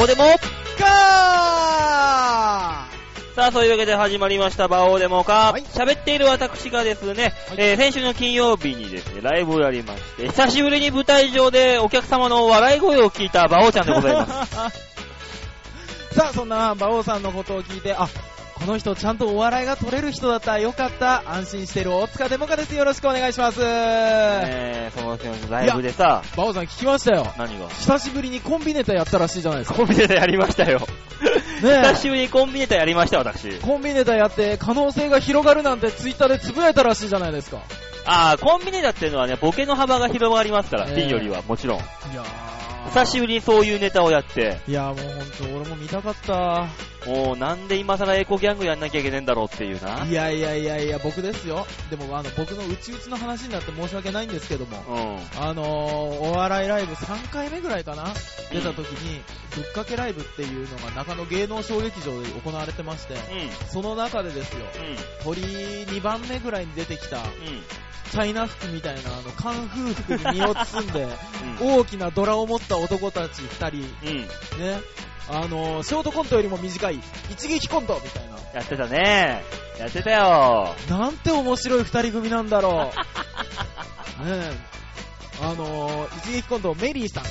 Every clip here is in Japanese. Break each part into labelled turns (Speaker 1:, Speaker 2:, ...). Speaker 1: オデモ
Speaker 2: カーは
Speaker 1: さあ、そういうわけで始まりました、バオーデモか
Speaker 2: はい
Speaker 1: 喋、っている私がですね、
Speaker 2: はい
Speaker 1: えー先週の金曜日にですね、ライブをやりまして、久しぶりに舞台上でお客様の笑い声を聞いたバオちゃんでござい ます。
Speaker 2: す。さあ、そんな馬王さんのことを聞いて、あ、この人ちゃんとお笑いが取れる人だった。よかった。安心してる大塚デモカです。よろしくお願いします。
Speaker 1: えー、その先のライブでさ、
Speaker 2: 馬王さん聞きましたよ。
Speaker 1: 何が
Speaker 2: 久しぶりにコンビネタやったらしいじゃないですか。
Speaker 1: コンビネタやりましたよ。久しぶりにコンビネタやりました、私。
Speaker 2: コンビネタやって可能性が広がるなんてツイッターでつぶやいたらしいじゃないですか。
Speaker 1: あー、コンビネタっていうのはね、ボケの幅が広がりますから、
Speaker 2: えー
Speaker 1: ピンよりは、もちろん。
Speaker 2: いや
Speaker 1: 久しぶりにそういうネタをやって、
Speaker 2: いやもうほんと俺も見たかった。
Speaker 1: もうなんで今更エコギャングやんなきゃいけねえんだろうっていうな。
Speaker 2: いやいやいやいや、僕ですよ。でもあの僕のうちうちの話になって申し訳ないんですけども。
Speaker 1: うん。
Speaker 2: あのー、お笑いライブ3回目ぐらいかな出た時に、ぶっかけライブっていうのが中野芸能小劇場で行われてまして、
Speaker 1: うん。
Speaker 2: その中でですよ、
Speaker 1: うん。
Speaker 2: 鳥2番目ぐらいに出てきた、
Speaker 1: うん。
Speaker 2: チャイナ服みたいな、あの、カンフー服に身を包んで、
Speaker 1: うん
Speaker 2: 大きなドラを持った男たち2人、
Speaker 1: うん。
Speaker 2: ね、あのー、ショートコントよりも短い、一撃コントみたいな。
Speaker 1: やってたね。やってたよ。
Speaker 2: なんて面白い二人組なんだろ う。ねえ。あのー、一撃コント、メリーさん。や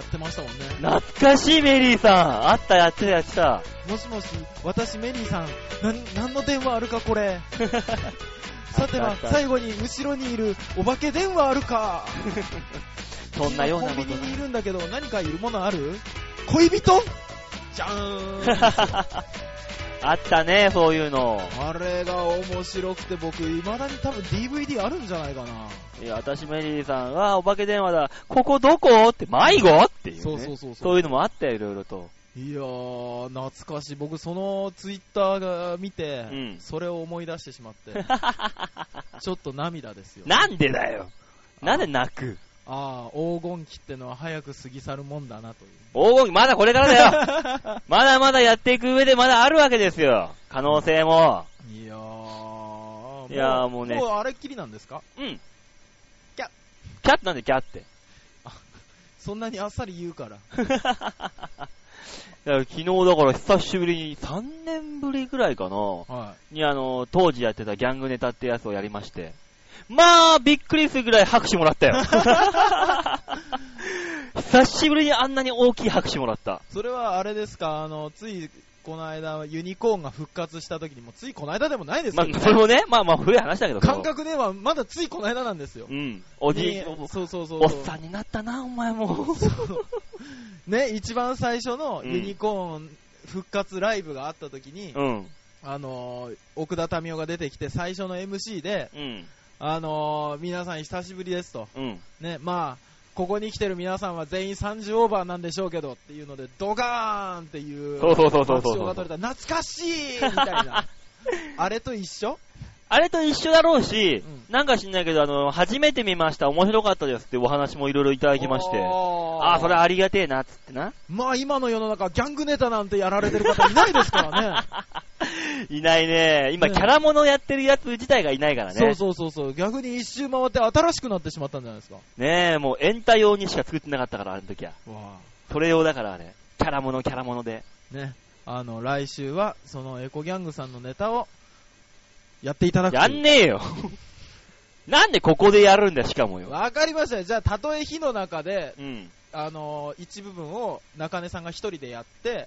Speaker 2: ってましたもんね。
Speaker 1: 懐かしいメリーさん。あった、やってた、やってた。
Speaker 2: もしもし、私メリーさん、なん、何の電話あるかこれ。さて
Speaker 1: あ
Speaker 2: は
Speaker 1: っ、た
Speaker 2: 最後に後ろにいるお化け電話あるか。
Speaker 1: そんなような
Speaker 2: 今
Speaker 1: こ
Speaker 2: コンビ
Speaker 1: と
Speaker 2: ニにいるんだけど、何かいるものある恋人じゃーん。
Speaker 1: なあったね、そういうの。
Speaker 2: あれが面白くて僕、未だに多分 DVD あるんじゃないかな。
Speaker 1: いや、私メリーさんは、お化け電話だ。ここどこって、迷子っていう、ね。
Speaker 2: そうそうそうそう
Speaker 1: そういうのもあったよ、いろいろ と。
Speaker 2: いやー、懐かしい。僕、そのツイッターが見て、
Speaker 1: うん
Speaker 2: それを思い出してし まって、ちょっと涙ですよ。
Speaker 1: なんでだよ。なんで泣く
Speaker 2: ああ、黄金期ってのは早く過ぎ去るもんだなという。
Speaker 1: 黄金期、まだこれからだよ。まだまだやっていく上でまだあるわけですよ。可能性も。
Speaker 2: いやー、もう
Speaker 1: いやーもうね
Speaker 2: もうあれっきりなんですか
Speaker 1: うん。
Speaker 2: キャッ。
Speaker 1: キャッなんでキャッっ て。
Speaker 2: そんなにあっさり言うから。
Speaker 1: いや昨日だから久しぶりに3年ぶりぐらいかな
Speaker 2: は
Speaker 1: にあの当時やってたギャングネタってやつをやりましてまあびっくりするぐらい拍手もらったよ 久しぶりにあんなに大きい拍手もらった
Speaker 2: い。それはあれですか、あの、つい、この間、ユニコーンが復活した時にも、ついこの間でもないです
Speaker 1: ま
Speaker 2: よ、
Speaker 1: あそれもねまあまあ古い話だけど
Speaker 2: 感覚では、まだついこの間なんですよ
Speaker 1: う。んおじい
Speaker 2: ねそうそうそうそう。
Speaker 1: おっさんになったなお前も
Speaker 2: ね、一番最初のユニコーン復活ライブがあった時に、
Speaker 1: うん
Speaker 2: あのー奥田民生が出てきて最初の MC で、
Speaker 1: うん
Speaker 2: あのー皆さん久しぶりですと。
Speaker 1: うん
Speaker 2: ね、まあ、ここに来てる皆さんは全員30オーバーなんでしょうけどっていうので、ドガーンっていう
Speaker 1: そうそうそうそう
Speaker 2: 拍手
Speaker 1: そ
Speaker 2: が
Speaker 1: う
Speaker 2: 取れた。懐かしいみたいな。 あれと一緒
Speaker 1: あれと一緒だろうし、
Speaker 2: う
Speaker 1: なんか知んないけど、あの、初めて見ました、面白かったですってお話もいろいろいただきまして、ああ、それありがてえな、つってな。
Speaker 2: まあ今の世の中ギャングネタなんてやられてる方いないですからね。
Speaker 1: いないね。今、
Speaker 2: ね
Speaker 1: キャラものやってるやつ自体がいないからね。
Speaker 2: そうそうそうそう、逆に一周回って新しくなってしまったんじゃないですか。
Speaker 1: ねえ、もうエンタ用にしか作ってなかったから、あの時は。
Speaker 2: わ
Speaker 1: それ用だから、あれ。キャラもの、キャラもので。
Speaker 2: あね、あの、来週は、そのエコギャングさんのネタを、やっていただくという
Speaker 1: やんねえよ。なんでここでやるんだよ、しかもよ。
Speaker 2: わかりましたよ。じゃあ、たとえ火の中で、
Speaker 1: うん。
Speaker 2: あのー一部分を中根さんが一人で やって、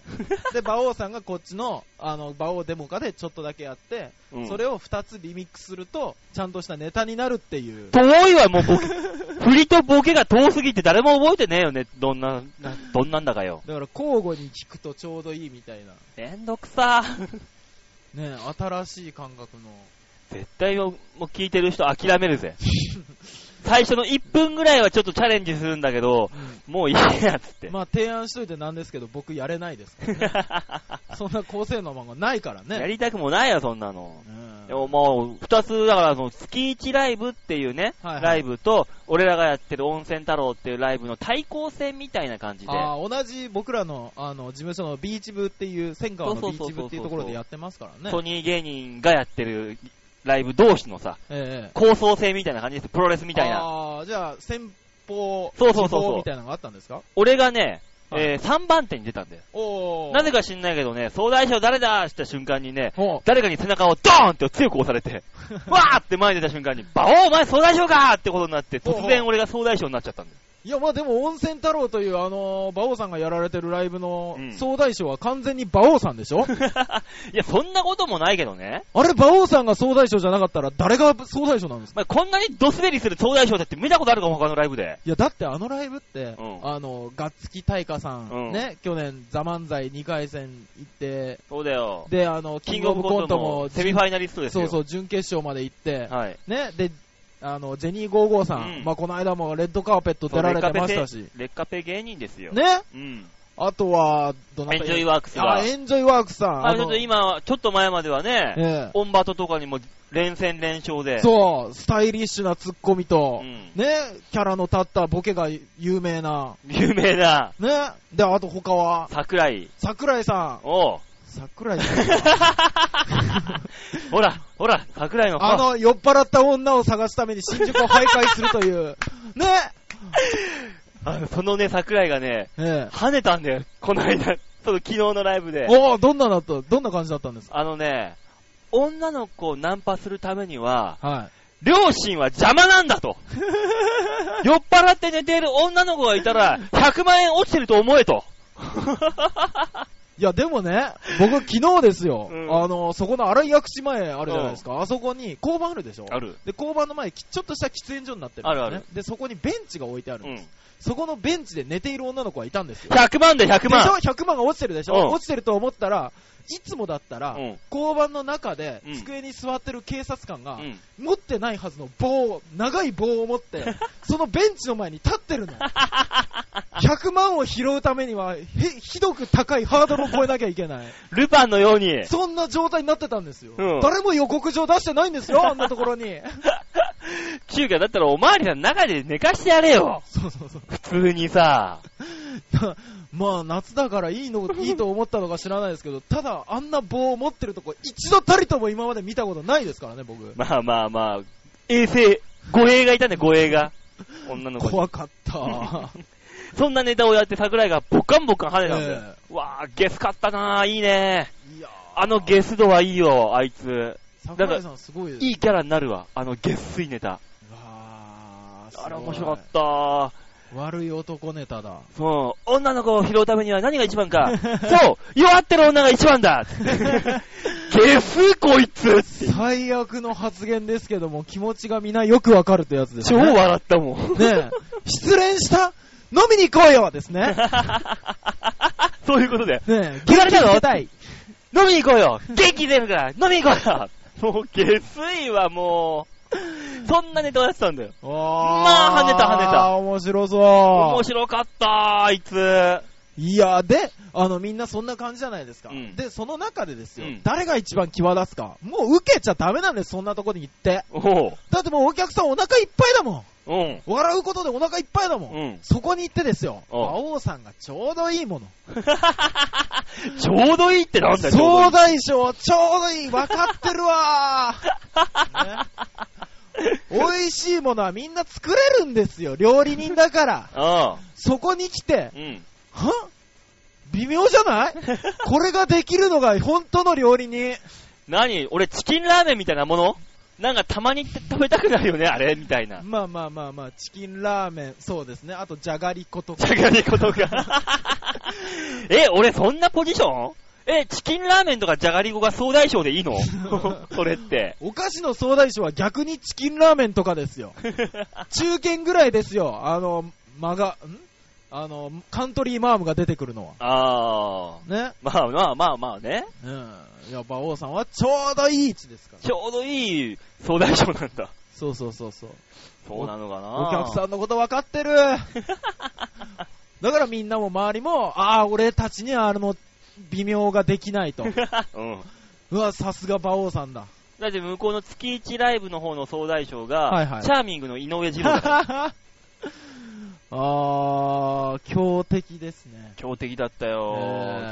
Speaker 2: で、馬王さんがこっちの、あの、馬王デモカでちょっとだけやって、
Speaker 1: うん
Speaker 2: それを二つリミックスすると、ちゃんとしたネタになるって いう。
Speaker 1: 遠いわ、もうボケ。 振りとボケが遠すぎて誰も覚えてねえよね。どんな、などんなんだかよ。
Speaker 2: だから、交互に聞くとちょうどいいみたいな。
Speaker 1: めんどくさ。
Speaker 2: ね、新しい感覚の。
Speaker 1: 絶対もう聞いてる人諦めるぜ。最初の1分ぐらいはちょっとチャレンジするんだけど、もういいやつって。
Speaker 2: まあ提案しといてなんですけど、僕やれないですからね。そんな高性能漫画ないから
Speaker 1: や
Speaker 2: ね。
Speaker 1: りたくもないよ、そんなの。
Speaker 2: うん
Speaker 1: でももう、二つ、だから、その、月一ライブっていうね、
Speaker 2: はいはい
Speaker 1: ライブと、俺らがやってる温泉太郎っていうライブの対抗戦みたいな感じで、
Speaker 2: あー同じ僕らのあの事務所のビーチ部っていう、千川の
Speaker 1: そう
Speaker 2: ビ
Speaker 1: そうそう
Speaker 2: ーチ
Speaker 1: そう
Speaker 2: 部っていうところでやってますから
Speaker 1: ソ
Speaker 2: ね。
Speaker 1: ニー芸人がやってるライブ同士のさ、
Speaker 2: ええ
Speaker 1: 構想戦みたいな感じです。プロレスみたいな。
Speaker 2: あーじゃあ、先方、
Speaker 1: そうそうそうそう
Speaker 2: 地方みたいなのがあったんですか
Speaker 1: 俺がね、
Speaker 2: はい
Speaker 1: えー3番手に出たんだよ。
Speaker 2: おー。
Speaker 1: なぜか知んないけどね、総大将誰だーって言った瞬間にね、
Speaker 2: ほう
Speaker 1: 誰かに背中をドーンって強く押され て、わーって前に出た瞬間に、バオーお前総大将かーってことになって、
Speaker 2: ほうほう
Speaker 1: 突然俺が総大将になっちゃったんだよ。
Speaker 2: いや、まあでも、温泉太郎という、あのー、馬王さんがやられてるライブの
Speaker 1: うん
Speaker 2: 総大将は完全に馬王さん でしょ
Speaker 1: いや、そんなこともないけどね。
Speaker 2: あれ、馬王さんが総大将じゃなかったら、誰が総大将なんですか
Speaker 1: まあ、こんなにドスベリする総大将だって見たことあるかも、他のライブで。
Speaker 2: いや、だってあのライブって、
Speaker 1: うん
Speaker 2: あの、ガッツキ大花さん、
Speaker 1: うん
Speaker 2: ね、去年、ザ漫才2回戦行って、
Speaker 1: そうだよ。
Speaker 2: で、あの、キングオブコントも、
Speaker 1: セミファイナリストです
Speaker 2: そう
Speaker 1: よ。
Speaker 2: そう、準決勝まで行って、
Speaker 1: はい。
Speaker 2: ね、で、あの、ジェニー55さん、
Speaker 1: うん
Speaker 2: まあこの間もレッドカーペット出られてましたし、
Speaker 1: 劣化ペ芸人ですよ。。
Speaker 2: ね、
Speaker 1: うん。
Speaker 2: あとは、どな
Speaker 1: エ
Speaker 2: た
Speaker 1: ンジョイワークスが。
Speaker 2: あ、エンジョイワークスさん。
Speaker 1: あ
Speaker 2: の
Speaker 1: ちょっと今、ちょっと前まではね、
Speaker 2: え
Speaker 1: オンバトとかにも連戦連勝で。
Speaker 2: えそう、スタイリッシュなツッコミと
Speaker 1: う、ん
Speaker 2: ね、キャラの立ったボケが有名な、
Speaker 1: 有名な
Speaker 2: ね、で、あと他は、
Speaker 1: 桜井
Speaker 2: 桜井さん。
Speaker 1: を、
Speaker 2: 桜井 さん。
Speaker 1: ほら、ほら、桜井の
Speaker 2: あ
Speaker 1: 顔、
Speaker 2: の、酔っ払った女を探すために新宿を徘徊するという、 ね、
Speaker 1: あのそのね、桜井がね、
Speaker 2: ええ
Speaker 1: 跳ねたんだよ、この間、その昨日のライブで。
Speaker 2: おーどんなだった、どんな感じだったんです
Speaker 1: あのね、女の子をナンパするためには、
Speaker 2: かはい。
Speaker 1: 両親は邪魔なんだ と。酔っ払って寝ている女の子がいたら、100万円落ちてると思えと。
Speaker 2: いや、でもね、僕、昨日ですよ、
Speaker 1: うん
Speaker 2: あの、そこの荒井薬師前あるじゃないですか、あそこに交番あるでしょ
Speaker 1: ある。
Speaker 2: で、交番の前、きちょっとした喫煙所になってるんです、ね、
Speaker 1: あるある
Speaker 2: で、そこにベンチが置いてある、
Speaker 1: うん。
Speaker 2: そこのベンチで寝ている女の子がいたんですよ。
Speaker 1: 100万で100万。
Speaker 2: でしょ ?100 万が落ちてるでしょ、
Speaker 1: うん
Speaker 2: 落ちてると思ったら、いつもだったら、
Speaker 1: うん
Speaker 2: 交番の中で
Speaker 1: うん
Speaker 2: 机に座ってる警察官が、
Speaker 1: うん。
Speaker 2: 持ってないはずの棒を、長い棒を持って、 そのベンチの前に立ってるの。100万を拾うためには、へひどく高いハードルを超えなきゃいけない。
Speaker 1: ルパンのように。
Speaker 2: そんな状態になってたんですよ。
Speaker 1: うん
Speaker 2: 誰も予告状出してないんで すよ、あんなところに。
Speaker 1: 中華だったらおまわりさん中で寝かしてやれよ。
Speaker 2: そうそうそう。
Speaker 1: 普通にさ。
Speaker 2: なまあ、夏だからいいの、いいと思ったのか知らないですけど、ただ、あんな棒を持ってるとこ、一度たりとも今まで見たことないですからね、僕。
Speaker 1: まあまあまあ、衛星、護衛がいたんだよ、護衛が。女の子に。
Speaker 2: 怖かった。
Speaker 1: そんなネタをやって桜井がボカンボカン跳ねたんだよ。
Speaker 2: え
Speaker 1: わあ、ゲスかったなぁ、いいね
Speaker 2: いや
Speaker 1: あのゲス度はいいよ、あいつ。
Speaker 2: 桜井さんすごいです。
Speaker 1: いいキャラになるわ、あの下水ネタ。
Speaker 2: うわー
Speaker 1: あれ面白かった。
Speaker 2: 悪い男ネタだ。
Speaker 1: そう、女の子を拾うためには何が一番 か。そう、弱ってる女が一番だ。ゲスこいつ
Speaker 2: 最悪の発言ですけども、気持ちがみんなよくわかるってやつです
Speaker 1: 超
Speaker 2: ね。
Speaker 1: 笑ったもん。
Speaker 2: ねえ失恋した飲みに行こうよですね。
Speaker 1: そういうことで。
Speaker 2: ねえ、
Speaker 1: 言われたの
Speaker 2: 元気づけたい。
Speaker 1: 飲みに行こうよ元気出るから飲みに行こうよもう下水はもう、そんなネタをやってたんだよ。まあ跳ねた跳ねた
Speaker 2: 面白
Speaker 1: 面
Speaker 2: そ
Speaker 1: 白かったあいつ。
Speaker 2: う。いや、で、あの、みんなそんな感じじゃないですか。
Speaker 1: うん
Speaker 2: で、その中でですよ、
Speaker 1: うん
Speaker 2: 誰が一番際立つか。もう受けちゃダメなんです、そんなとこに行って。
Speaker 1: おう。
Speaker 2: だってもうお客さんお腹いっぱいだもん。
Speaker 1: うん。
Speaker 2: 笑うことでお腹いっぱいだもん。。
Speaker 1: うん
Speaker 2: そこに行ってですよ、
Speaker 1: お
Speaker 2: 馬王さんがちょうどいいもの。
Speaker 1: ちょうどいいってなんだよ。ちょ
Speaker 2: 総
Speaker 1: うどいい
Speaker 2: 大将、ちょうどいい、分かってるわー、ね 美味しいものはみんな作れるんですよ、料理人だから。
Speaker 1: ああ。
Speaker 2: そこに来て
Speaker 1: う、ん。
Speaker 2: は微妙じゃないこれができるのが本当の料理人。
Speaker 1: 何俺チキンラーメンみたいなものなんかたまに食べたくなるよね、あれみたいな。
Speaker 2: まあまあまあまあ、チキンラーメン、そうですね。あと、じゃがりことか
Speaker 1: じ。ゃがりこと か。え、俺そんなポジションえ、チキンラーメンとかじゃがりこが総大将でいい のそれって。
Speaker 2: お菓子の総大将は逆にチキンラーメンとかですよ。中堅ぐらいですよ。あの、マガ、んあの、カントリーマームが出てくるのは。
Speaker 1: ああ。
Speaker 2: ね。
Speaker 1: まあまあまあまあね。
Speaker 2: うん。いや、馬王さんはちょうどいい位置ですから。
Speaker 1: ちょうどいい総大将なんだ。
Speaker 2: そうそうそうそう。
Speaker 1: そうなのかな
Speaker 2: お客さ
Speaker 1: ん。
Speaker 2: んのこと分かっ てる。だからみんなも周りも、ああ、俺たちにはあの、微妙ができな いと。
Speaker 1: うん。
Speaker 2: うわ、さすが馬王さんだ。
Speaker 1: だって向こうの月1ライブの方の総大将が、
Speaker 2: はいはい
Speaker 1: チャーミングの井上二郎だ から
Speaker 2: ああー、強敵ですね。
Speaker 1: 強敵だったよ、
Speaker 2: ね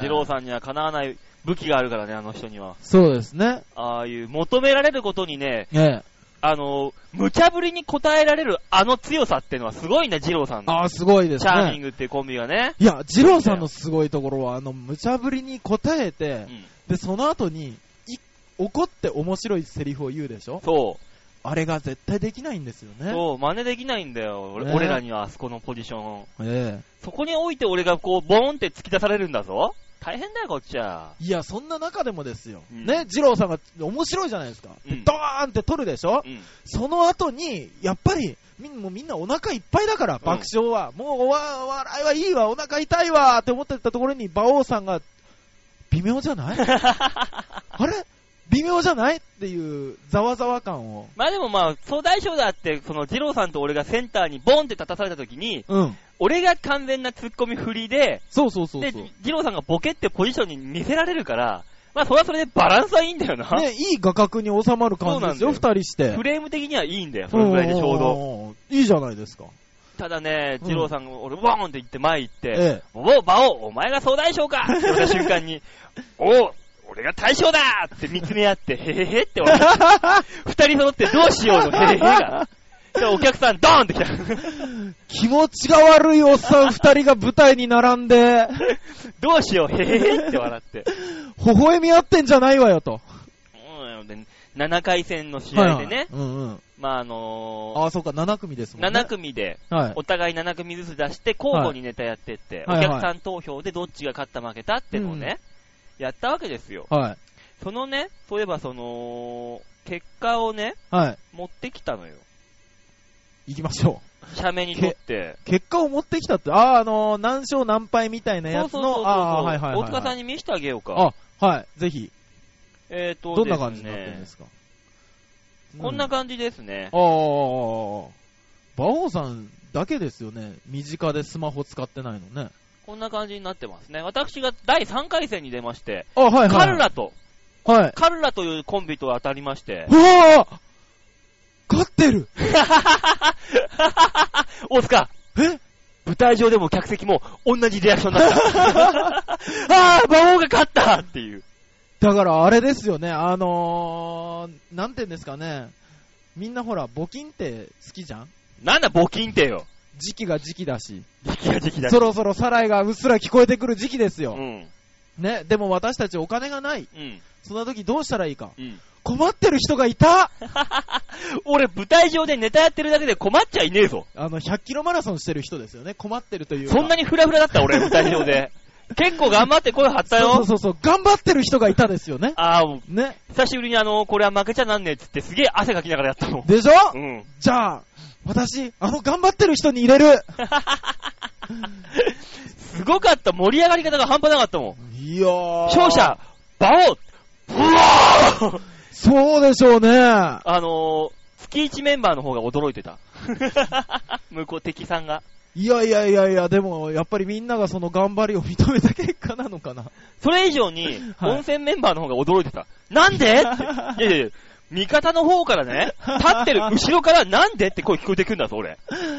Speaker 2: え
Speaker 1: 二郎さんにはかなわない武器があるからね、あの人には。
Speaker 2: そうですね。
Speaker 1: ああいう求められることにね、
Speaker 2: ええ。
Speaker 1: あの、無茶ぶりに応えられるあの強さっていうのはすごいね、二郎さんの。
Speaker 2: ああ、すごいです
Speaker 1: チャーミン
Speaker 2: ね。
Speaker 1: グっていうコンビがね。
Speaker 2: いや、ジローさんのすごいところは、あの、無茶ぶりに答えて
Speaker 1: う、ん。
Speaker 2: で、その後に、い怒って面白いセリフを言うでしょ
Speaker 1: そ
Speaker 2: あれが絶対できないんですよ
Speaker 1: う。
Speaker 2: ね。
Speaker 1: そう、真似できないんだよ。俺
Speaker 2: ね
Speaker 1: 俺らにはあそこのポジション。
Speaker 2: ええ
Speaker 1: そこにおいて俺がこう、ボーンって突き出されるんだぞ。大変だよ、こっちは。
Speaker 2: いや、そんな中でもですよ。
Speaker 1: うん
Speaker 2: ね、ジローさんが面白いじゃないですか。
Speaker 1: うん
Speaker 2: ドーンって取るでしょ
Speaker 1: うん。
Speaker 2: その後に、やっぱり、みんもうみんなお腹いっぱいだから、爆笑は。もう、わ、笑いはいいわ、お腹痛いわ、って思ってたところに、馬王さんが、微妙じゃ ないあれ微妙じゃないっていう、ざわざわ感を。
Speaker 1: まあでもまあ、総大将だって、その二郎さんと俺がセンターにボーンって立たされた時に、
Speaker 2: うん。
Speaker 1: 俺が完全な突っ込み振りで、
Speaker 2: そうそうそう
Speaker 1: で
Speaker 2: そう。、
Speaker 1: 二郎さんがボケってポジションに見せられるから、まあそれはそれでバランスはいいんだよな。
Speaker 2: ね、いい画角に収まる感じですよ、
Speaker 1: そ
Speaker 2: 二人して
Speaker 1: フ。レーム的にはいいんだよ、それぐらいでちょうど。
Speaker 2: ど。いいじゃないですか。
Speaker 1: ただね、
Speaker 2: うん
Speaker 1: 二郎さんが俺、ボーンって言って前行って、
Speaker 2: ええ。
Speaker 1: おお、バオ、お前が総大将 かって言った瞬間に、おお、俺が大将だって見つめ合って、へへへって笑う二人揃ってどうしようの、へへへが。でお客さん、ドーンって来た。
Speaker 2: 気持ちが悪いおっさん二人が舞台に並んで、
Speaker 1: どうしよう、へへへって笑って。
Speaker 2: 微笑み合ってんじゃないわよと。
Speaker 1: うんで7回戦の試合でね、
Speaker 2: はいはいうんうん。
Speaker 1: まああの
Speaker 2: ああ、そうか、7組です
Speaker 1: ー
Speaker 2: もんね。
Speaker 1: 7組で、
Speaker 2: はい。
Speaker 1: お互い7組ずつ出して、交互にネタやってって、
Speaker 2: はいはい
Speaker 1: お客さん投票でどっちが勝った負けたってのをね、やったわけですよ。
Speaker 2: はい。
Speaker 1: そのね、そういえばその、結果をね、
Speaker 2: は
Speaker 1: 持ってきたのよ。
Speaker 2: い。行きましょ
Speaker 1: 写メに撮って。
Speaker 2: う。結果を持ってきたって、ああ、あのー、何勝何敗みたいな
Speaker 1: そ
Speaker 2: や
Speaker 1: う
Speaker 2: つ
Speaker 1: そうそうそう。
Speaker 2: の、ああ、はいはいはい。
Speaker 1: 大塚さんに
Speaker 2: に。
Speaker 1: 見せてあげようか。
Speaker 2: あ、はい。ぜひ。
Speaker 1: えーと、
Speaker 2: どんな感じになって
Speaker 1: で
Speaker 2: るんですすか
Speaker 1: ねこんな感じですね
Speaker 2: あ。ああああああ、馬王さんだけですよね。身近でスマホ使ってないのね。
Speaker 1: こんな感じになってますね。私が第3回戦に出まして、
Speaker 2: あ、はいはい。
Speaker 1: カル。ラと、
Speaker 2: はい。
Speaker 1: カルラというコンビと当たりま して、
Speaker 2: うわあ勝ってる
Speaker 1: 大塚
Speaker 2: え
Speaker 1: 舞台上でも客席も同じリアクションだ った。あー、魔王が勝ったっていう。
Speaker 2: だからあれですよね、あのー、なんて言うんですかね。みんなほら、募金って好きじゃん
Speaker 1: なんだ募金ってよ。
Speaker 2: 時期が時期だし。
Speaker 1: 時期が時期だし
Speaker 2: そろそろサライがうっすら聞こえてくる時期です
Speaker 1: う
Speaker 2: よ。
Speaker 1: ん。
Speaker 2: ね、でも私たちお金がない。
Speaker 1: うん。
Speaker 2: そんな時どうしたらいいか。
Speaker 1: うん。
Speaker 2: 困ってる人がい た
Speaker 1: 俺、舞台上でネタやってるだけで困っちゃいねえぞ。
Speaker 2: あの、100キロマラソンしてる人ですよね。困ってるというか。
Speaker 1: そんなにフラフラだっ た、俺、舞台上で。結構頑張って声張ったよ。
Speaker 2: そうそうそうそう、頑張ってる人がいたですよね。
Speaker 1: ああ、もう
Speaker 2: ね。
Speaker 1: 久しぶりにあの、これは負けちゃなんねえっつってすげえ汗かきながらやったもん。
Speaker 2: でしょ
Speaker 1: うん。
Speaker 2: じゃあ、私、あの頑張ってる人に入れる。
Speaker 1: すごかった。盛り上がり方が半端なかったもん。
Speaker 2: いやー。
Speaker 1: 勝者、バオブワー
Speaker 2: そうでしょうね。
Speaker 1: あのー、月1メンバーの方が驚い てた。向こう敵さんが。
Speaker 2: いやいやいやいや、でも、やっぱりみんながその頑張りを認めた結果なのかな。
Speaker 1: それ以上に、
Speaker 2: はい
Speaker 1: 温泉メンバーの方が驚いてた。なんでって。い やいやいや、味方の方からね、立ってる後ろからなんでって声聞こえてくんだぞ、俺。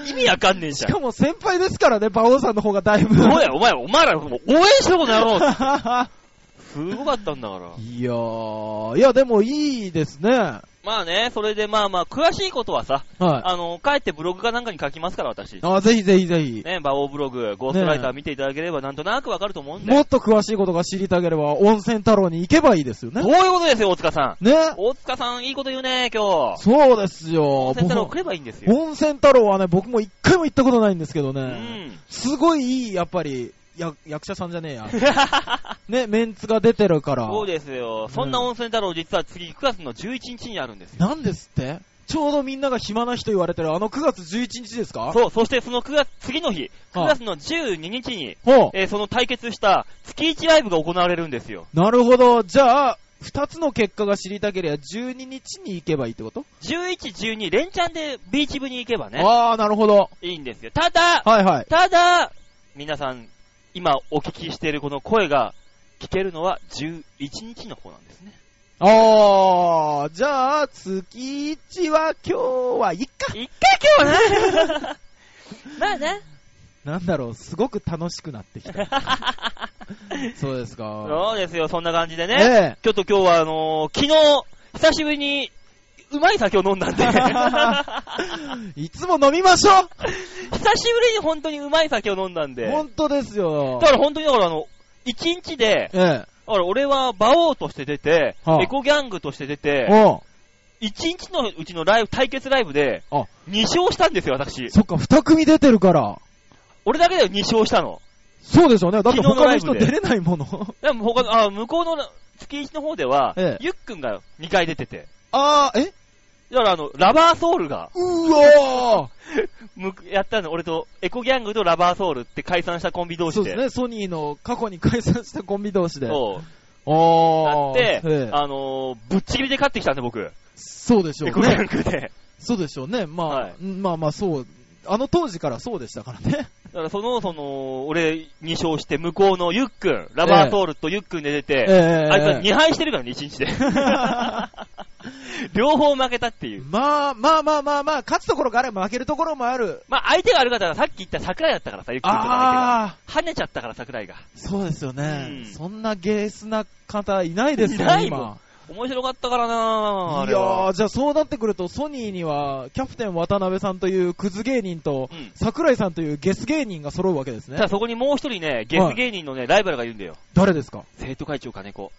Speaker 1: 意味わかんねえじ
Speaker 2: し
Speaker 1: ゃん
Speaker 2: か。も先輩ですからね、馬王さんの方がだいぶ。
Speaker 1: そうだよ、お前、お前ら、応援しろ、この野郎
Speaker 2: い
Speaker 1: すごかったんだから。
Speaker 2: や ー、いやでもいいですね。は
Speaker 1: まあね、それでまあまあ、詳しいことはさ、
Speaker 2: い。
Speaker 1: あの、帰ってブログかなんかに書きますから、私。
Speaker 2: あ、ぜひぜひぜひ。
Speaker 1: ね、バオブログ、ゴーストライター見ていただければなんとなくわかると思うんで。
Speaker 2: もっと詳しいことが知りたければ、温泉太郎に行けばいいですよね
Speaker 1: ど。ういうことですよ、大塚さん。
Speaker 2: ね。
Speaker 1: 大塚さん、いいこと言うね、今日。
Speaker 2: そうですよ
Speaker 1: 温。泉太郎来ればいいんです
Speaker 2: 僕
Speaker 1: よ。
Speaker 2: 温泉太郎はね、僕も一回も行ったことないんですけど
Speaker 1: う
Speaker 2: ね。
Speaker 1: ん。
Speaker 2: すごいいい、やっぱり、や役者さんじゃねえや。 ね、メンツが出てるから。
Speaker 1: そうですよ。そんな温泉太郎、実は次、9月の11日にあるんですよ。
Speaker 2: なんですってちょうどみんなが暇な日と言われてるあの9月11日ですか
Speaker 1: そう、そしてその9月、次の日、9
Speaker 2: はい
Speaker 1: 月の12日に、
Speaker 2: ほう
Speaker 1: えーその対決した月1ライブが行われるんですよ。
Speaker 2: なるほど。じゃあ、2つの結果が知りたければ12日に行けばいいってこと、
Speaker 1: 11、12、連チャンでビーチ部に行けばね、
Speaker 2: ああ、なるほど。
Speaker 1: いいんですよ。ただ、
Speaker 2: はいはい。
Speaker 1: ただ、皆さん、今お聞きしているこの声が聞けるのは11日の方なんですね。
Speaker 2: ああ、じゃあ、月1は今日はいっか。
Speaker 1: 一回今日 はね。まあ ね。
Speaker 2: なんだろう、すごく楽しくなっ てきた。そうですか。
Speaker 1: そうですよ、そんな感じでね。
Speaker 2: ね
Speaker 1: ちょっと今日はあのー昨日、久しぶりにうまい酒を飲んだんで。
Speaker 2: いつも飲みましょ
Speaker 1: 久しぶりに本当にうまい酒を飲んだん
Speaker 2: う
Speaker 1: で。
Speaker 2: 本当ですよ
Speaker 1: だ。から本当にだからあの、一日で、
Speaker 2: え
Speaker 1: だから俺は馬王として出て、
Speaker 2: はあ
Speaker 1: エコギャングとして出
Speaker 2: え。
Speaker 1: て、
Speaker 2: おう
Speaker 1: 一日のうちのライブ、対決ライブで
Speaker 2: あ、
Speaker 1: 2勝したんですよ、私。
Speaker 2: そっか、二組出てるから。
Speaker 1: 俺だけで2勝したの。
Speaker 2: そうでしょうね。だって
Speaker 1: 昨日の
Speaker 2: 他
Speaker 1: ラ
Speaker 2: の
Speaker 1: イブ
Speaker 2: 人
Speaker 1: で
Speaker 2: 出れないもの。
Speaker 1: でも他の、あ、向こうの月一の方では、
Speaker 2: ええ
Speaker 1: ゆっくんが2回出てて。
Speaker 2: あー、え
Speaker 1: だからあの、ラバーソウルが、
Speaker 2: うわ
Speaker 1: むやったの、俺と、エコギャングとラバーソウルって解散したコンビ同
Speaker 2: ー
Speaker 1: 士
Speaker 2: そう
Speaker 1: で。
Speaker 2: ですね、ソニーの過去に解散したコンビ同士で。
Speaker 1: そう
Speaker 2: あー。
Speaker 1: だって、
Speaker 2: ええ
Speaker 1: あのー、ぶっちぎりで勝ってきたんで、僕。
Speaker 2: そうでしょ
Speaker 1: エ
Speaker 2: う
Speaker 1: コギャン
Speaker 2: ね。
Speaker 1: グで。
Speaker 2: そうでしょうね。まあ、
Speaker 1: はい
Speaker 2: まあまあそう。あの当時からそうでしたからね。
Speaker 1: だから、その、その、俺2勝して、向こうのゆっくん、ラバーソウルとゆっくんで出て、
Speaker 2: え
Speaker 1: あいつは2敗してるからね、1日で。 両方負けたっていう。
Speaker 2: まあまあまあまあまあ、勝つところがあれば負けるところもある。
Speaker 1: まあ、相手がある方がさっき言った桜井だったからさ、ゆっくんとの相手が。
Speaker 2: ああ、
Speaker 1: 跳ねちゃったから、桜井が。
Speaker 2: そうですよね。
Speaker 1: うん
Speaker 2: そんなゲースな方いないですよ、
Speaker 1: いないも
Speaker 2: 今。
Speaker 1: 面白かったからなぁ、あ
Speaker 2: い
Speaker 1: れ
Speaker 2: や
Speaker 1: は。
Speaker 2: ー、じゃあそうなってくると、ソニーには、キャプテン渡辺さんというクズ芸人と、
Speaker 1: うん
Speaker 2: 桜井さんというゲス芸人が揃うわけです
Speaker 1: た
Speaker 2: ね
Speaker 1: だ。そこにもう一人ね、ゲス芸人のね、ライバルがいるんだよ。
Speaker 2: 誰ですか
Speaker 1: 生徒会長金子。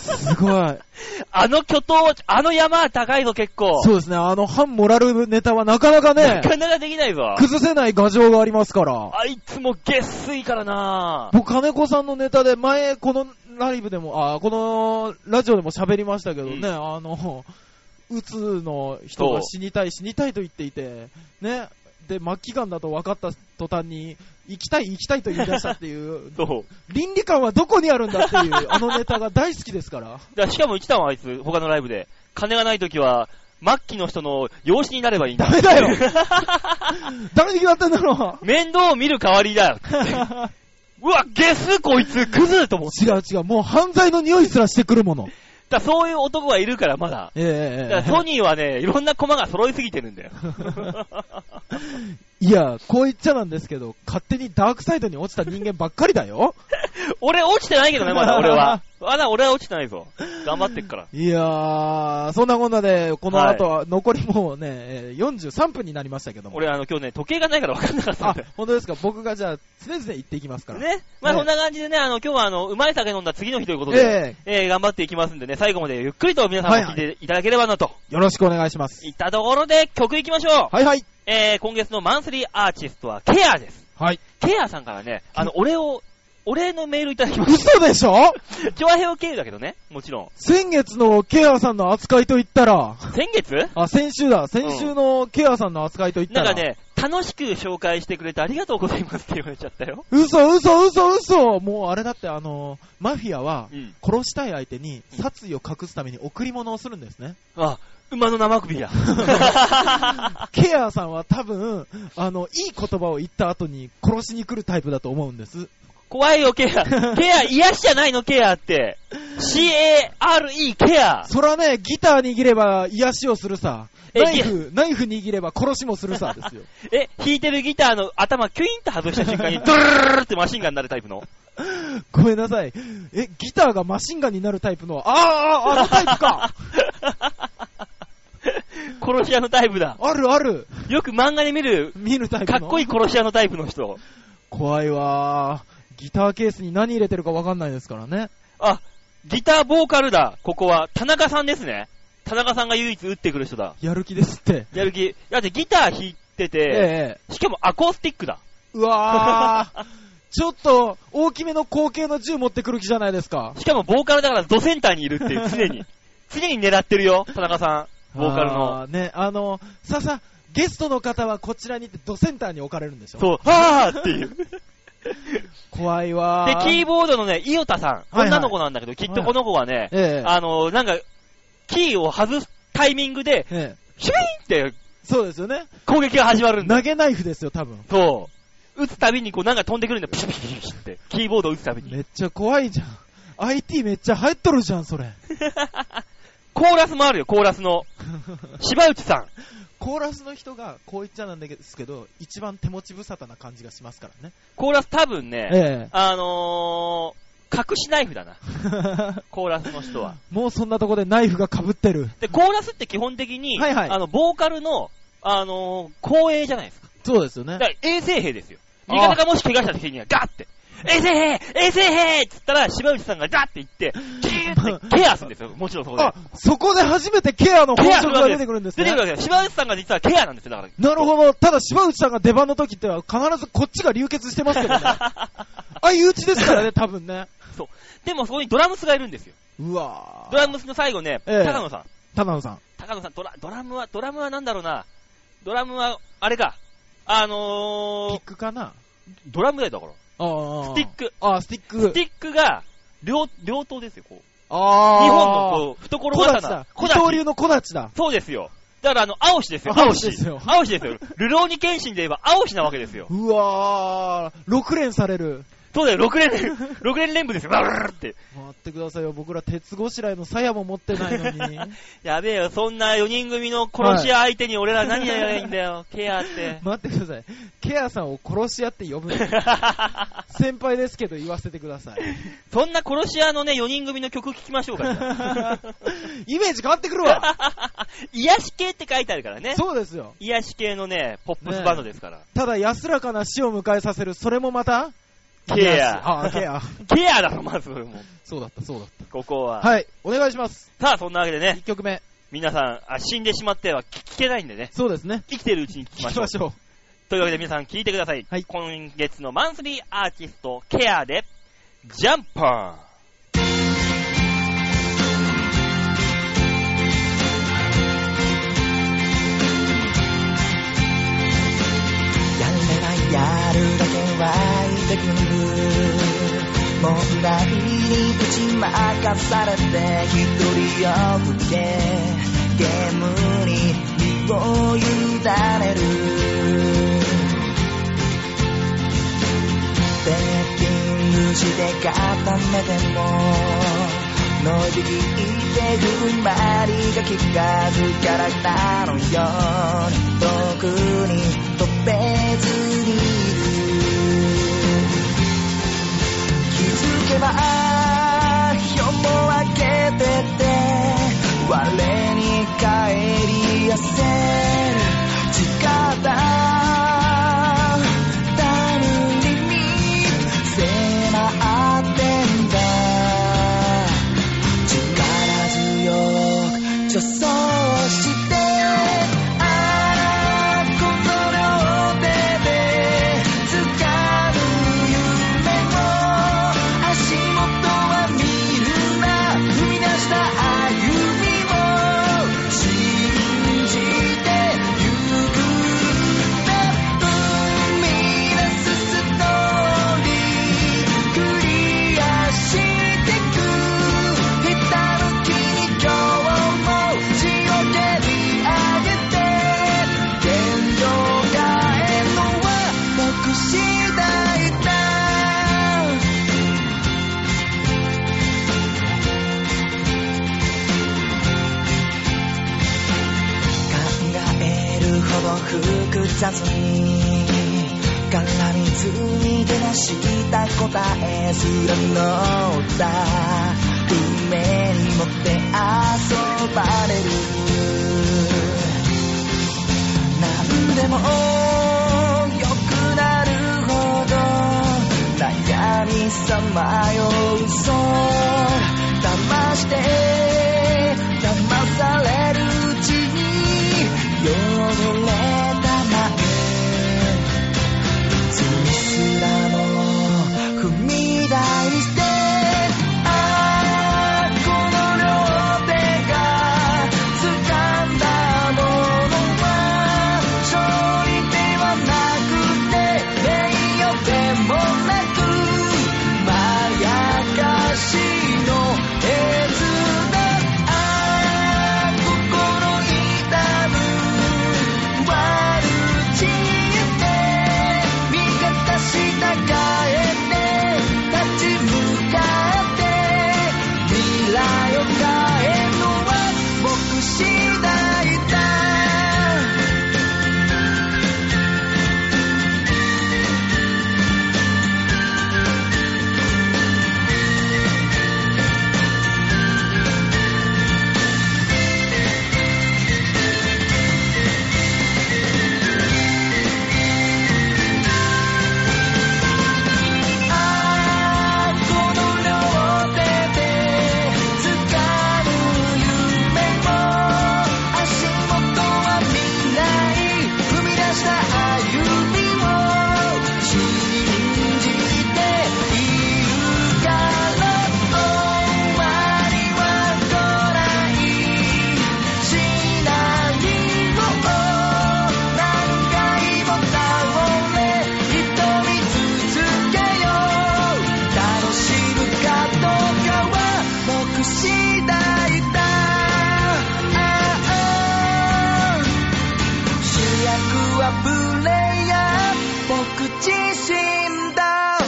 Speaker 2: すごい。
Speaker 1: あの巨頭、あの山は高いぞ結構。
Speaker 2: そうですね、あの反モラルネタはなかなかね
Speaker 1: な、かなかできないぞ。
Speaker 2: 崩せない牙城がありますから。
Speaker 1: あいつも下水からなぁ。
Speaker 2: 僕、金子さんのネタで前、このライブでも、あーこのラジオでも喋りましたけどね、
Speaker 1: うん
Speaker 2: あの、うつの人が死にたい、死にたいと言っていて、ね、で、末期がんだと分かった途端に、行きたい、行きたいと言い出したっていう、
Speaker 1: そう。
Speaker 2: 倫理観はどこにあるんだっていう、あのネタが大好きですから。
Speaker 1: だからしかも言ってたもん、あいつ、他のライブで。金がない時は、末期の人の養子になればいいんだ。
Speaker 2: ダメだ よ誰に決まってんだろう
Speaker 1: 面倒を見る代わりだよ。うわ、ゲスこいつ、クズと思って。
Speaker 2: 違う違う、もう犯罪の匂いすらしてくるもの。
Speaker 1: だからそういう男がいるから、まだ。
Speaker 2: え
Speaker 1: だ
Speaker 2: え
Speaker 1: からソニーはね、いろんな駒が揃いすぎてる んだよ。
Speaker 2: いや、こう言っちゃなんですけど、勝手にダークサイドに落ちた人間ばっかりだよ。
Speaker 1: 俺落ちてないけどね、まだ俺 は。まだ俺は落ちてないぞ。頑張ってっから。
Speaker 2: いやー、そんなこんなで、この後は残りもうね、えー43分になりましたけども。
Speaker 1: 俺、あの、今日ね、時計がないから分かんなかったん
Speaker 2: あ
Speaker 1: だよ。、
Speaker 2: 本当ですか僕がじゃあ、常々言っていきますから。
Speaker 1: ね。まあ、
Speaker 2: ね
Speaker 1: そんな感じでね、あの、今日はあの、うまい酒飲んだ次の日ということで、
Speaker 2: え
Speaker 1: えー頑張っていきますんでね、最後までゆっくりと皆さんも聞いていただければなと。
Speaker 2: えよろしくお願いします。
Speaker 1: いったところで、曲いきましょう。
Speaker 2: はいはい。
Speaker 1: えー、今月のマンスリーアーティストは、ケアです。
Speaker 2: はい。
Speaker 1: ケアさんからね、あの、お礼を、お礼のメールいただきま し
Speaker 2: 嘘でしょ
Speaker 1: た。調和平経由だけどね、もちろん。
Speaker 2: 先月のケアさんの扱いと言ったら、
Speaker 1: 先月
Speaker 2: あ、先週だ。先週のケアさんの扱いと言った
Speaker 1: なん
Speaker 2: ら。
Speaker 1: かね、楽しく紹介してくれてありがとうございますって言われちゃったよ。
Speaker 2: 嘘嘘嘘嘘もうあれだってあの、マフィアは、
Speaker 1: うん。
Speaker 2: 殺したい相手に殺意を隠すために贈り物をするんですね。
Speaker 1: あ、馬の生首だ。
Speaker 2: ケアさんは多分、あの、いい言葉を言った後に殺しに来るタイプだと思うんです。
Speaker 1: 怖いよ、ケア。ケア、癒しじゃないの、ケアって。C-A-R-E、ケア。
Speaker 2: そらね、ギター握れば癒しをするさ。
Speaker 1: え
Speaker 2: ナイフ、ナイフ握れば殺しもするさですよ。
Speaker 1: え、弾いてるギターの頭キュインと外した瞬間に、ドゥルルルルってマシンガンになるタイプの。
Speaker 2: ごめんなさい。え、ギターがマシンガンになるタイプの、ああ、ああ、あのタイプ か
Speaker 1: 殺し屋のタイプだ。
Speaker 2: あるある
Speaker 1: よく漫画で見る、
Speaker 2: 見るタイプ
Speaker 1: か
Speaker 2: の
Speaker 1: っこいい殺し屋のタイプの人。
Speaker 2: 怖いわー。ギターケースに何入れてるかわかんないですからね。
Speaker 1: あ、ギターボーカルだ、ここは。田中さんですね。田中さんが唯一打ってくる人だ。
Speaker 2: やる気ですって。
Speaker 1: やる気。だってギター弾いて
Speaker 2: え
Speaker 1: て、
Speaker 2: え
Speaker 1: しかもアコースティックだ。
Speaker 2: うわー。ちょっと、大きめの後継の銃持ってくる気じゃないですか。
Speaker 1: しかもボーカルだからドセンターにいるっていう、常に。常に狙ってるよ、田中さん。ボーカルの。
Speaker 2: あー。ね、あの、さあさあ、ゲストの方はこちらにってドセンターに置かれるんでしょ
Speaker 1: そう、はぁーっていう。 で、
Speaker 2: 怖いわー。
Speaker 1: キーボードのね、伊オタさん。
Speaker 2: はいはい
Speaker 1: 女の子なんだけど、きっとこの子はね、
Speaker 2: ええ
Speaker 1: あの、なんか、キーを外すタイミングで、
Speaker 2: ええ
Speaker 1: シュイーンって
Speaker 2: そうですよね。
Speaker 1: 攻撃が始まるんだ。
Speaker 2: 投げナイフですよ、多分。
Speaker 1: そう。撃つたびにこうなんか飛んでくるんだよ、ピシャピシャピシャピシャって。キーボードを撃つたびに。
Speaker 2: めっちゃ怖いじゃん。IT めっちゃ入っとるじゃん、それ。
Speaker 1: コーラスもあるよ、コーラスの。芝内さん。
Speaker 2: コーラスの人がこう言っちゃなんですけど、一番手持ち無沙汰な感じがしますからね。
Speaker 1: コーラス多分ね、
Speaker 2: ええ
Speaker 1: あのー、隠しナイフだな。コーラスの人は。
Speaker 2: もうそんなとこでナイフが被ってる。
Speaker 1: で、コーラスって基本的に、
Speaker 2: はいはい
Speaker 1: あの、ボーカルの、あのー光栄じゃないですか。
Speaker 2: そうですよ
Speaker 1: だ
Speaker 2: ね
Speaker 1: か。ら衛生兵ですよ。
Speaker 2: あ
Speaker 1: 味方がもし怪我した時にはガッて、衛生兵衛生兵って言ったら、島内さんがガッて言って、キーって ケアするんですよ。もちろんそこで
Speaker 2: あ。、そこで初めてケアの本職が出てくるんです
Speaker 1: 出てく
Speaker 2: ね
Speaker 1: る。わけです。島内さんが実はケアなんですよ、だから。
Speaker 2: なるほど。ただ、島内さんが出番の時っては必ずこっちが流血してます けどね。あ、いうちですからね、多分ね。
Speaker 1: でもそこにドラムスがいるんですよ。
Speaker 2: うわ
Speaker 1: ドラムスの最後ね、
Speaker 2: ええ
Speaker 1: 高野さん。
Speaker 2: 田野さん。
Speaker 1: 高野さん、ドラ、ドラムは、ドラムはなんだろうな。ドラムは、あれか。あ
Speaker 2: ピ
Speaker 1: の
Speaker 2: ックかな
Speaker 1: ー、ドラムだよ、だから。
Speaker 2: あ
Speaker 1: スティック。
Speaker 2: あー、スティック。
Speaker 1: スティックが、両、両頭ですよ、こう。
Speaker 2: あ
Speaker 1: 日
Speaker 2: ー。
Speaker 1: 本のこう、懐
Speaker 2: 小立
Speaker 1: 刀
Speaker 2: だ。。
Speaker 1: 小
Speaker 2: 二
Speaker 1: 立
Speaker 2: 刀流の小立だ。
Speaker 1: そうですよ。だからあの、青しですよ、
Speaker 2: 青
Speaker 1: 青
Speaker 2: 志
Speaker 1: し。
Speaker 2: ですよ
Speaker 1: 青しですよ。ルローニケンシンで言えば青しなわけですよ。
Speaker 2: うわー。6連される。
Speaker 1: そうだよ、6連、6連 連部ですよ、バルルルルって。
Speaker 2: 待ってくださいよ、僕ら鉄ごしらえの鞘も持ってないの に。
Speaker 1: やべえよ、そんな4人組の殺し屋相手に俺ら何やればいいんだ よ、ケアって。
Speaker 2: 待ってください。ケアさんを殺し屋って呼ぶの。先輩ですけど言わせてください。
Speaker 1: そんな殺し屋のね、4人組の曲聴きましょうか、 じゃあ
Speaker 2: イメージ変わってく るわ。
Speaker 1: 癒し系って書いてあるからね。
Speaker 2: そうですよ。
Speaker 1: 癒し系のね、ポップスバンドですから。
Speaker 2: ただ安らかな死を迎えさせる、それもまた
Speaker 1: ケ
Speaker 2: あ
Speaker 1: ア。
Speaker 2: ーケア。
Speaker 1: ケアだろ、まず、もう
Speaker 2: そうだった、そうだっ
Speaker 1: ここは。
Speaker 2: た。はい、お願いします。
Speaker 1: さあ、そんなわけでね
Speaker 2: 1、曲目。
Speaker 1: 皆さん、あ死んでしまっては聞聞けないんでね、
Speaker 2: そうですね。
Speaker 1: 生きてるうちに聞き
Speaker 2: 聞
Speaker 1: ま
Speaker 2: き
Speaker 1: しょう
Speaker 2: ま。しょう。
Speaker 1: というわけで皆さん聞いてください。
Speaker 2: はい
Speaker 1: 今月のマンスリーアーティスト、ケアで、ジャンパー。
Speaker 3: やるならやるだけ湧いてくる問題にぶちまかされて一人をぶけゲームに身を委ねるベッティングして固めてものびきってふんばりが効かずキャラクターのように遠くに飛べずにいる気づけば夜も明けてて我に帰りやせる力たるに迫ってんだ力強く助走してああこの両手で掴む夢を足元は見るな踏み出した歩みを信じてゆく踏み出すストーリークリアしてくひたむきに今日も血を蹴り上げて天井変えるのは僕次第だ考えるほど複雑に絡みついて出した答えすら乗った運命に持って遊ばれる何でも良くなるほど悩みさまよう嘘騙して騙されるうちに汚れたまえそれすらも踏み台にしてああこの両手が掴んだものは勝利ではなくて名誉でもなくまやかしの絵図だああ心痛む胸を打ち砕くはプレイヤー僕自身だ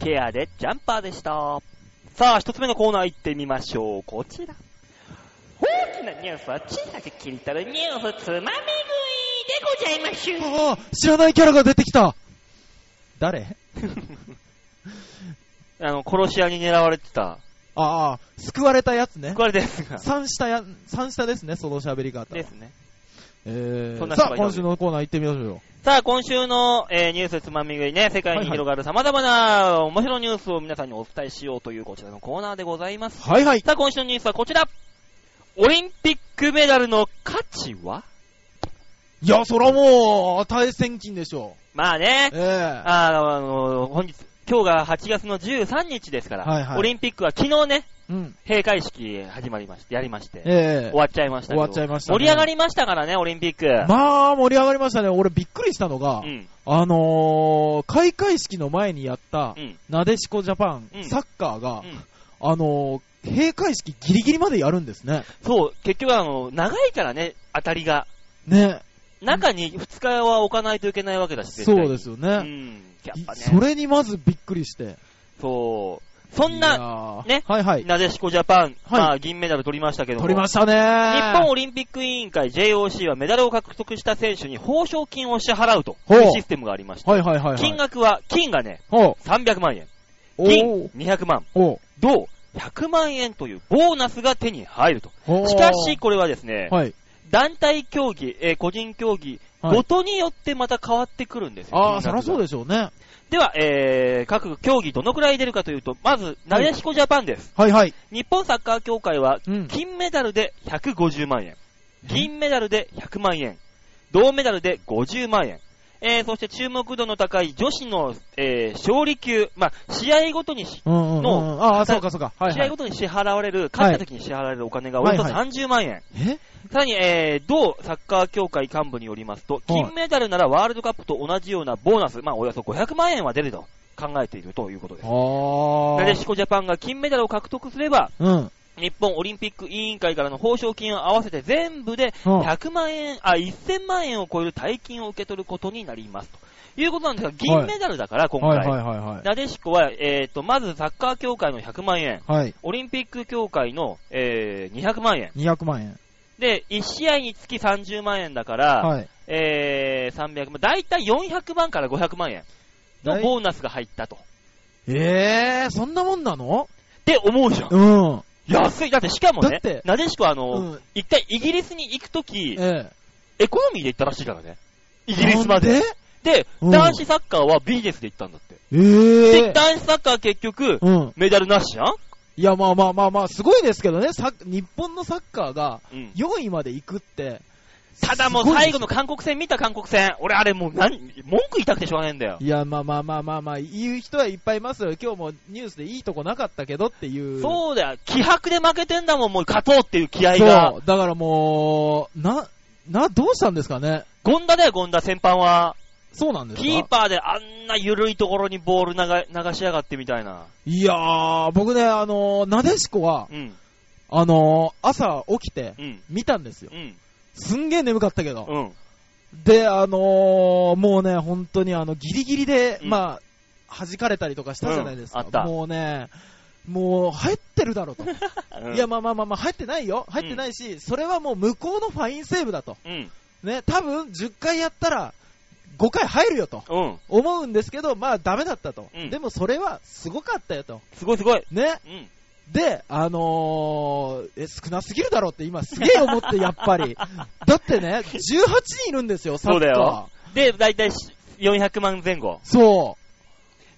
Speaker 1: ケアでジャンパーでした。さあ、一つ目のコーナー行ってみましょう。こちら。大きなニュースは小さく切り取るニュースつまみ食いでございましゅ。
Speaker 2: あー知らないキャラが出てきた誰
Speaker 1: あの、殺し屋に狙われてた。
Speaker 2: ああ、救われたやつね。
Speaker 1: これですが。
Speaker 2: 三下や、三下ですね、その喋り方。
Speaker 1: ですね。
Speaker 2: え
Speaker 1: そんな
Speaker 2: ー、
Speaker 1: 人
Speaker 2: さ
Speaker 1: がいたん
Speaker 2: あ、今
Speaker 1: です
Speaker 2: 週のコーナー行ってみましょうよ。
Speaker 1: さあ、今週の、えーニュースつまみ食いね、世界に広がる様々な面白いニュースを皆さんにお伝えしようというこちらのコーナーでございます。
Speaker 2: はいはい。
Speaker 1: さあ、今週のニュースはこちら。オリンピックメダルの価値はい
Speaker 2: や、そらもう、値千金でしょ
Speaker 1: まあね
Speaker 2: う。、ええ
Speaker 1: あの、あの本日、今日が8月の13日ですから、
Speaker 2: はいはい
Speaker 1: オリンピックは昨日ね、
Speaker 2: うん。
Speaker 1: 閉会式始まりまして、やりまして、
Speaker 2: ええ
Speaker 1: 終わっちゃいましたけ
Speaker 2: 終
Speaker 1: ど
Speaker 2: わっちゃいましたね
Speaker 1: 盛り上がりましたからね、オリンピック。
Speaker 2: まあ、盛り上がりましたね。俺びっくりしたのが、
Speaker 1: うん、
Speaker 2: あのー、開会式の前にやった
Speaker 1: う、ん、
Speaker 2: なでしこジャパン、
Speaker 1: うん
Speaker 2: サッカー
Speaker 1: う
Speaker 2: が、
Speaker 1: ん。
Speaker 2: あのー、閉会式ギリギリまでやるんですね。
Speaker 1: そう、結局あの、長いからね、当たりが。
Speaker 2: ね。
Speaker 1: 中に2日は置かないといけないわけだし、絶対
Speaker 2: そうですよ
Speaker 1: う
Speaker 2: ね。
Speaker 1: ん。やっぱね。
Speaker 2: それにまずびっくりして。
Speaker 1: そう。そん
Speaker 2: い
Speaker 1: な、
Speaker 2: やー
Speaker 1: ね
Speaker 2: はいはい。
Speaker 1: なでしこジャパン、
Speaker 2: はい
Speaker 1: まあ、銀メダル取りましたけども。
Speaker 2: 取りましたねー。
Speaker 1: 日本オリンピック委員会 JOC はメダルを獲得した選手に報奨金を支払うと
Speaker 2: ほう
Speaker 1: いうシステムがありまして、
Speaker 2: はいはいはいはい。
Speaker 1: 金額は、金がね、
Speaker 2: ほ
Speaker 1: 300万円、
Speaker 2: う。
Speaker 1: 銀200万、
Speaker 2: おう。
Speaker 1: 銅100万円というボーナスが手に入ると。
Speaker 2: おう
Speaker 1: しかし、、これはですね、
Speaker 2: はい。
Speaker 1: 団体競技、えー個人競技、
Speaker 2: はい
Speaker 1: ごとによってまた変わってくるんですよ。
Speaker 2: あ
Speaker 1: 金
Speaker 2: あ、そ
Speaker 1: 額が
Speaker 2: らそうでしょうね。
Speaker 1: では、えー各競技どのくらい出るかというと、まず、なでしこジャパンです。
Speaker 2: はいはい。
Speaker 1: 日本サッカー協会は、
Speaker 2: う ん。
Speaker 1: 金メダルで150万円、銀メダルで100万円、銅メダルで50万円、えーそして注目度の高い女子の、えー勝利級、まあ、試合ごとにし、
Speaker 2: うんうんうんうん。ああ、そうかそうか。はい
Speaker 1: 試
Speaker 2: は
Speaker 1: 合
Speaker 2: い
Speaker 1: ご。とに支払われる、勝った時に支払われるお金がおよそ
Speaker 2: はいは
Speaker 1: 30万円。
Speaker 2: え
Speaker 1: さらに、えー、同サッカー協会幹部によりますと、金メダルならワールドカップと同じようなボーナス、まあ、およそ500万円は出ると考えているということです。
Speaker 2: あ
Speaker 1: な
Speaker 2: あ。
Speaker 1: でしこジャパンが金メダルを獲得すれば、
Speaker 2: うん。うん。
Speaker 1: 日本オリンピック委員会からの報奨金を合わせて全部で100万円、あ、1000万円を超える大金を受け取ることになります。ということなんですが、銀メダルだから、今
Speaker 2: はいはい
Speaker 1: 回。
Speaker 2: はいはい。
Speaker 1: なでしこは、えーと、まずサッカー協会の100万円、
Speaker 2: はい。
Speaker 1: オリンピック協会の、えー、200万円。
Speaker 2: 200万円。
Speaker 1: で、1試合につき30万円だから、
Speaker 2: はい。
Speaker 1: えー、300万、だいたい400万から500万円のボーナスが入ったと。
Speaker 2: ええー、そんなもんなの
Speaker 1: って思うじゃん。
Speaker 2: うん。
Speaker 1: 安い。だってしかも
Speaker 2: だ
Speaker 1: ね
Speaker 2: って、
Speaker 1: なでしこはあの、
Speaker 2: うん。
Speaker 1: 一回イギリスに行くとき、
Speaker 2: え
Speaker 1: エコノミーで行ったらしいからね。イ
Speaker 2: え
Speaker 1: ギリスまで。。で、
Speaker 2: うん
Speaker 1: 男子サッカーはビジネスで行ったんだって。
Speaker 2: ええ
Speaker 1: で、男子サッカー結局、
Speaker 2: うん。
Speaker 1: メダルなしやん
Speaker 2: いや、まあまあまあまあ、すごいですけどね、さ日本のサッカーが
Speaker 1: うん。
Speaker 2: 4位まで行くって。
Speaker 1: ただもう最後の韓国戦見た韓国戦。俺あれもう何、文句言いたくてしょうがないんだよ。
Speaker 2: いや、まあまあまあまあまあ、言う人はいっぱいいますよ。今日もニュースでいいとこなかったけどっていう。
Speaker 1: そうだよ。気迫で負けてんだもん、もう勝とうっていう気合
Speaker 2: そう
Speaker 1: が。
Speaker 2: だからもう、な、な、どうしたんですかね
Speaker 1: ゴンダだよ、ゴンダ、先般は。
Speaker 2: そうなんですか
Speaker 1: キーパーであんな緩いところにボール流流しやがってみたいな。
Speaker 2: いやー、僕ね、あのー、なでしこは、
Speaker 1: うん、
Speaker 2: あのー、朝起きて、
Speaker 1: うん、
Speaker 2: 見たんですよ。
Speaker 1: うん、
Speaker 2: すんげー眠かったけど。
Speaker 1: うん。
Speaker 2: で、あのー、もうね、本当にあの、ギリギリで、
Speaker 1: うん
Speaker 2: まあ、弾かれたりとかしたじゃないですか。
Speaker 1: うんあった
Speaker 2: もうね、もう、入ってる だろうと。いや、まあまあまあまあ、入ってないよ。入ってないし、それはもう向こうのファインセーブだと。
Speaker 1: うん、
Speaker 2: ね、多分、10回やったら、5回入るよと。
Speaker 1: うん。
Speaker 2: 思うんですけど、まあダメだったと。
Speaker 1: うん
Speaker 2: でもそれはすごかったよと。
Speaker 1: すごいすごい。
Speaker 2: ね。
Speaker 1: うん。
Speaker 2: で、あのー、え、少なすぎるだろうって今すげえ思って、やっぱり。だってね、18人いるんですよ、サッカ
Speaker 1: そ
Speaker 2: ー。
Speaker 1: うだよ。で、だいたい400万前後。
Speaker 2: そ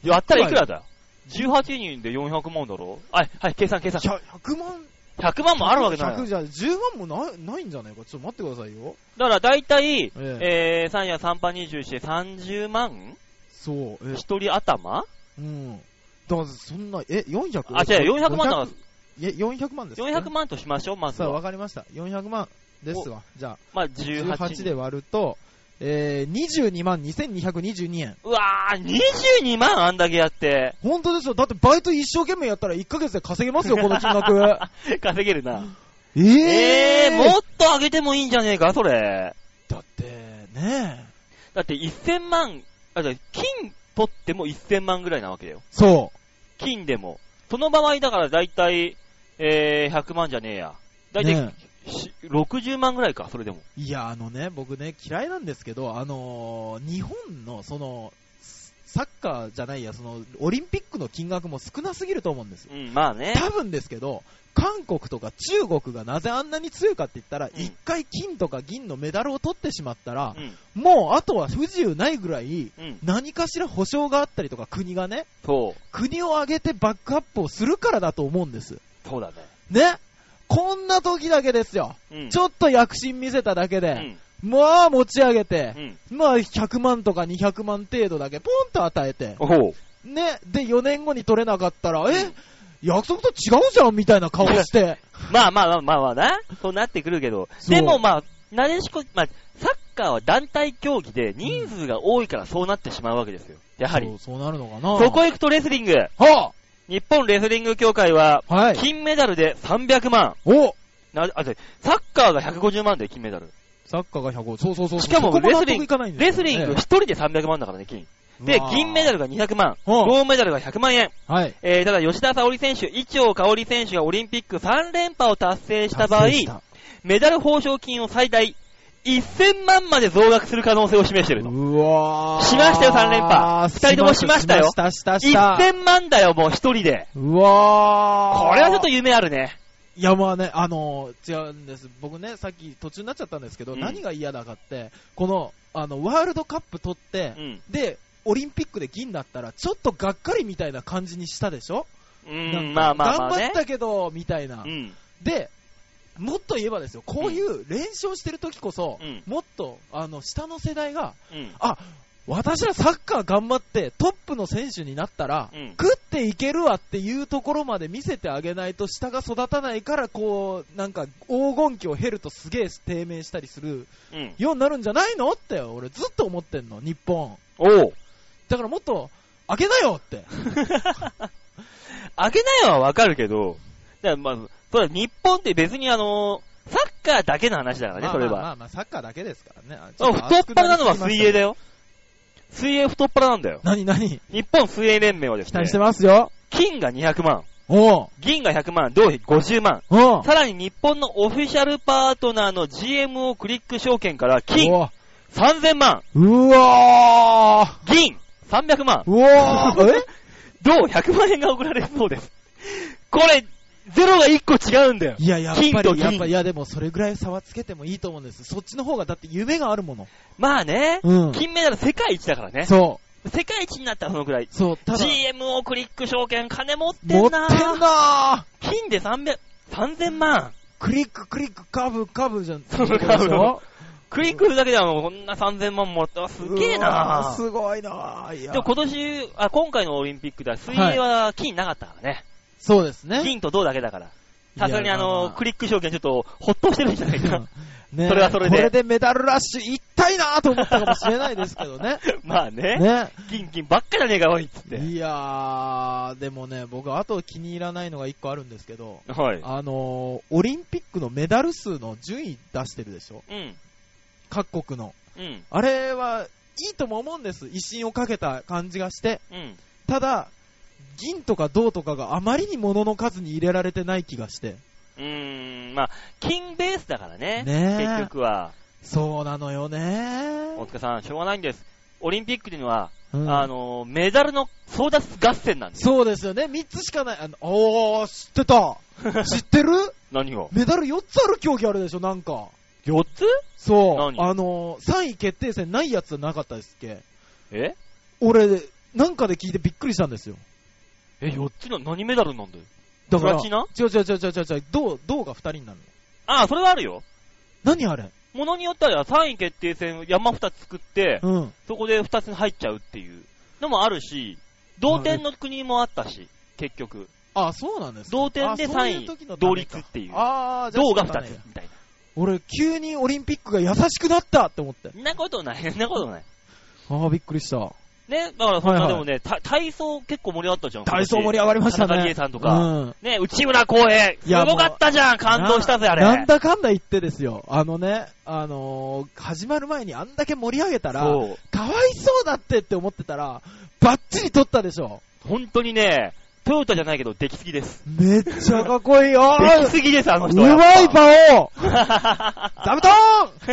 Speaker 1: やったらいくらだよ ?18 人で400万だろはい、はい、計算計
Speaker 2: う。
Speaker 1: 算
Speaker 2: ひ。ゃ100万。
Speaker 1: 100万もあるわけない。
Speaker 2: 100
Speaker 1: だ
Speaker 2: じゃ、10万もない、ないんじゃないか。ちょっと待ってくださいよ。
Speaker 1: からだいたい、
Speaker 2: ええ
Speaker 1: えー、3夜3パ20して30万
Speaker 2: そう。え、
Speaker 1: 一人頭
Speaker 2: うん。だからそんな、え、400?
Speaker 1: あ、違う、400万だから
Speaker 2: 500、いや400万です
Speaker 1: 400万としましょう、まず
Speaker 2: さあ、わ
Speaker 1: は。
Speaker 2: かりました。400万ですわ。じゃあ、
Speaker 1: まあ、
Speaker 2: 18,
Speaker 1: 18
Speaker 2: で。割ると、えー、22万2222円。
Speaker 1: うわー、22万あんだけやって。
Speaker 2: 本当ですよ。だってバイト一生懸命やったら1ヶ月で稼げますよ、この金額。
Speaker 1: 稼げるな。
Speaker 2: えー、
Speaker 1: えー、もっと上げてもいいんじゃねえか、それ。
Speaker 2: だって、ねえ。
Speaker 1: だって1000万、あ、じゃあ金取っても1000万ぐらいなわけだよ。
Speaker 2: そ
Speaker 1: 金でも。その場合だから大体、えー、100万じゃねえや。
Speaker 2: う。
Speaker 1: 大体、
Speaker 2: ね
Speaker 1: し60万ぐらいか、それでも。
Speaker 2: えいや、あのね、僕ね、嫌いなんですけど、あのー日本の、その、サッカーじゃないや、その、オリンピックの金額も少なすぎると思うんですよ
Speaker 1: うん、まあね。
Speaker 2: 多分ですけど、韓国とか中国がなぜあんなに強いかって言ったら、
Speaker 1: うん
Speaker 2: 一回金とか銀のメダルを取ってしまったら
Speaker 1: う、ん、
Speaker 2: もうあとは不自由ないぐらい、
Speaker 1: うん、
Speaker 2: 何かしら保証があったりとか、国がね、
Speaker 1: そう、
Speaker 2: 国を挙げてバックアップをするからだと思うんです。
Speaker 1: そうだね。
Speaker 2: ねこんな時だけですよ。
Speaker 1: うん。
Speaker 2: ち
Speaker 1: ょっ
Speaker 2: ょっと躍進見せただけ
Speaker 1: とう
Speaker 2: で、
Speaker 1: ん、
Speaker 2: まあ持ち上げて
Speaker 1: う、ん。
Speaker 2: まあ100万とか200万程度だけポンと与えて、
Speaker 1: おほう。
Speaker 2: ね、で4年後に取れなかったら、え約束と違うじゃんみたいな顔して。
Speaker 1: まあまあまあまあまあな。そうなってくるけど。
Speaker 2: そう
Speaker 1: でもまあ、なでしこ、まあ、サッカーは団体競技で人数が多いからそうなってしまうわけですよ。や は
Speaker 2: そう
Speaker 1: り。
Speaker 2: そうなるのかな
Speaker 1: そこへ行くとレスリング。
Speaker 2: は
Speaker 1: 日本レスリング協会は、
Speaker 2: あはい。
Speaker 1: 金メダルで300万。
Speaker 2: お
Speaker 1: な、あ、違うサッカーが150万で金メダル。
Speaker 2: サッカーが105。そうそうそうそう。
Speaker 1: しかも
Speaker 2: そこ
Speaker 1: レスリング
Speaker 2: 納得いかないんで
Speaker 1: レ
Speaker 2: す
Speaker 1: ス
Speaker 2: よね
Speaker 1: リング1人で300万だからね、金。で、銀メダ
Speaker 2: ル。
Speaker 1: ルが200万。
Speaker 2: ほう
Speaker 1: 銅メダルが100万円。
Speaker 2: はい。
Speaker 1: えー、ただ吉田沙織選手、伊調香織選手がオリンピック3連覇を達成した場合、
Speaker 2: 達成した
Speaker 1: メダル報奨金を最大1000万まで増額する可能性を示してるの。
Speaker 2: うわー
Speaker 1: しましたよ三連覇二人ともしましたよ
Speaker 2: しました、した、した。
Speaker 1: 1000万だよ、もう一人で。
Speaker 2: うわー
Speaker 1: これはちょっと夢あるね。
Speaker 2: いや、まあね、あのー違うんです。僕ね、さっき途中になっちゃったんですけど、
Speaker 1: うん
Speaker 2: 何が嫌だかって、この、あの、ワールドカップ取って
Speaker 1: う、ん。
Speaker 2: で、オリンピックで銀だったら、ちょっとがっかりみたいな感じにしたでしょ
Speaker 1: う
Speaker 2: なん
Speaker 1: ん、
Speaker 2: か
Speaker 1: まあまあまあ
Speaker 2: 頑張
Speaker 1: ね
Speaker 2: っ。たけど、みたいな
Speaker 1: う。ん。
Speaker 2: で、もっと言えばですよ、こういう連勝してる時こそ、
Speaker 1: うん
Speaker 2: もっとあの下の世代が、
Speaker 1: うん。
Speaker 2: 私らサッカー頑張ってトップの選手になったら、
Speaker 1: うん
Speaker 2: 食っていけるわっていうところまで見せてあげないと下が育たないから、こう、なんか黄金期を経るとすげえ低迷したりする
Speaker 1: うん。
Speaker 2: ようになるんじゃないのって俺ずっと思ってんの、日本。
Speaker 1: おう。
Speaker 2: だからもっと、あげなよ って。
Speaker 1: あげないはわかるけど、だからまあ、それは日本って別にあのーサッカーだけの話だからね、
Speaker 2: まあ
Speaker 1: それ
Speaker 2: まあま
Speaker 1: は。
Speaker 2: あまあ、サッカーだけですからね。あちょ
Speaker 1: あ
Speaker 2: っと熱
Speaker 1: 太っ
Speaker 2: く
Speaker 1: 腹な
Speaker 2: り
Speaker 1: のは
Speaker 2: すぎま
Speaker 1: 水
Speaker 2: した
Speaker 1: 泳だ。よ。水泳太っ腹なんだよ。
Speaker 2: 何何
Speaker 1: 日本水泳連盟はで
Speaker 2: 期
Speaker 1: すね
Speaker 2: 待して、ますよ。
Speaker 1: 金が200万、
Speaker 2: おう
Speaker 1: 銀が100万、銅50万。
Speaker 2: おう
Speaker 1: さらに日本のオフィシャルパートナーの GMO クリック証券から金
Speaker 2: おう
Speaker 1: 3000万、
Speaker 2: うわー
Speaker 1: 銀300万、
Speaker 2: うわーえ
Speaker 1: 銅100万円が送られるそうです。これ、ゼロが1個違うんだよ。
Speaker 2: いや、やっぱ
Speaker 1: 金と
Speaker 2: り、
Speaker 1: 銀
Speaker 2: やっぱり、いや、でもそれぐらい差はつけてもいいと思うんです。そっちの方がだって夢があるもの。
Speaker 1: まあね、
Speaker 2: うん
Speaker 1: 金メダル世界一だからね。
Speaker 2: そ
Speaker 1: 世界一になったらそのくらい。
Speaker 2: う。そう、ただ、
Speaker 1: GMO クリック証券金持って
Speaker 2: 持
Speaker 1: ん
Speaker 2: ってん
Speaker 1: な
Speaker 2: な
Speaker 1: ー
Speaker 2: ー
Speaker 1: 金で300、3000万。
Speaker 2: クリック、クリック、カーブ、カーブじゃん。
Speaker 1: そうカーブのクリックするだけでもうこんな3000万もらったらすげえ
Speaker 2: うわ
Speaker 1: な
Speaker 2: ー
Speaker 1: ー
Speaker 2: すごいなーいや
Speaker 1: でも今年、あ、今回のオリンピックでは水泳は金なかったからね。
Speaker 2: そうですね。
Speaker 1: 銀と銅だけだから。さすがにあ
Speaker 2: いやま
Speaker 1: の
Speaker 2: あ、
Speaker 1: クリック証券ちょっとほっとしてるんじゃないかな。
Speaker 2: ね
Speaker 1: それはそれで
Speaker 2: これでメダルラッシュいったいなーと思ったかもしれないですけどね。
Speaker 1: まあ ね。
Speaker 2: ね。
Speaker 1: 金金ばっかじゃねえか、おいっつって。
Speaker 2: いやー、でもね、僕、あと気に入らないのが一個あるんですけど、
Speaker 1: はい。
Speaker 2: あのー、オリンピックのメダル数の順位出してるでしょ
Speaker 1: うん。
Speaker 2: 各国の。
Speaker 1: うん。
Speaker 2: あれは、いいとも思うんです。威信をかけた感じがして。
Speaker 1: うん。
Speaker 2: ただ、銀とか銅とかがあまりに物の数に入れられてない気がして。
Speaker 1: うーん。まあ、金ベースだからね。
Speaker 2: ねえ
Speaker 1: 結局は。
Speaker 2: そうなのよね
Speaker 1: 大塚さん、しょうがないんです。オリンピックというのは、
Speaker 2: うん
Speaker 1: あの、メダルの争奪合戦 なんです。
Speaker 2: そうですよね。3つしかない。あのおー、知ってた知ってる
Speaker 1: 何が
Speaker 2: メダル4つある競技あるでしょ、なんか。
Speaker 1: ?4 つ
Speaker 2: そう。
Speaker 1: 何
Speaker 2: あのー、3位決定戦ないやつなかったですっけ
Speaker 1: え
Speaker 2: 俺、なんかで聞いてびっくりしたんですよ。
Speaker 1: え、4つの何メダルなんだよ。
Speaker 2: だから、
Speaker 1: プラチナ
Speaker 2: 違う違う違う違う違う、銅、銅が2人になるの。
Speaker 1: ああ、それはあるよ。
Speaker 2: 何あれ
Speaker 1: ものによっては3位決定戦山2つ作って、
Speaker 2: うん。
Speaker 1: そこで2つ入っちゃうっていうのもあるし、同点の国もあったし、結局。
Speaker 2: あ、そうなんですか
Speaker 1: 同点で
Speaker 2: あそうい
Speaker 1: 3
Speaker 2: う時の
Speaker 1: 位、
Speaker 2: た
Speaker 1: 同
Speaker 2: め
Speaker 1: 率
Speaker 2: か
Speaker 1: っていう。
Speaker 2: ああ、じゃあ
Speaker 1: 銅が
Speaker 2: そうだ
Speaker 1: 2
Speaker 2: ね
Speaker 1: つみたい
Speaker 2: 俺、急にオリンピックが優しくなったって思って。
Speaker 1: な。んなことない、んなことない。
Speaker 2: ああ、びっくりした。
Speaker 1: ね、だからそんな
Speaker 2: はい
Speaker 1: で
Speaker 2: は
Speaker 1: も
Speaker 2: い
Speaker 1: ね、た体操結構盛り上がったじゃん。
Speaker 2: 体操盛り上がりました
Speaker 1: 田
Speaker 2: ね。
Speaker 1: 中圭さんとか
Speaker 2: うん
Speaker 1: ね、内村航平、
Speaker 2: いや
Speaker 1: すごかったじゃん、感動したぜ、あれ。
Speaker 2: なんだかんだ言ってですよ。あのね、あのー始まる前にあんだけ盛り上げたら、かわ
Speaker 1: そう。
Speaker 2: いそうだってって思ってたら、バッチリ取ったでし ょ。
Speaker 1: 本当にね、トヨタじゃないけど、できすぎです。
Speaker 2: めっちゃかっこいいよ。
Speaker 1: できすぎです、あの
Speaker 2: う
Speaker 1: 人は。
Speaker 2: まい、
Speaker 1: パ
Speaker 2: パオダブト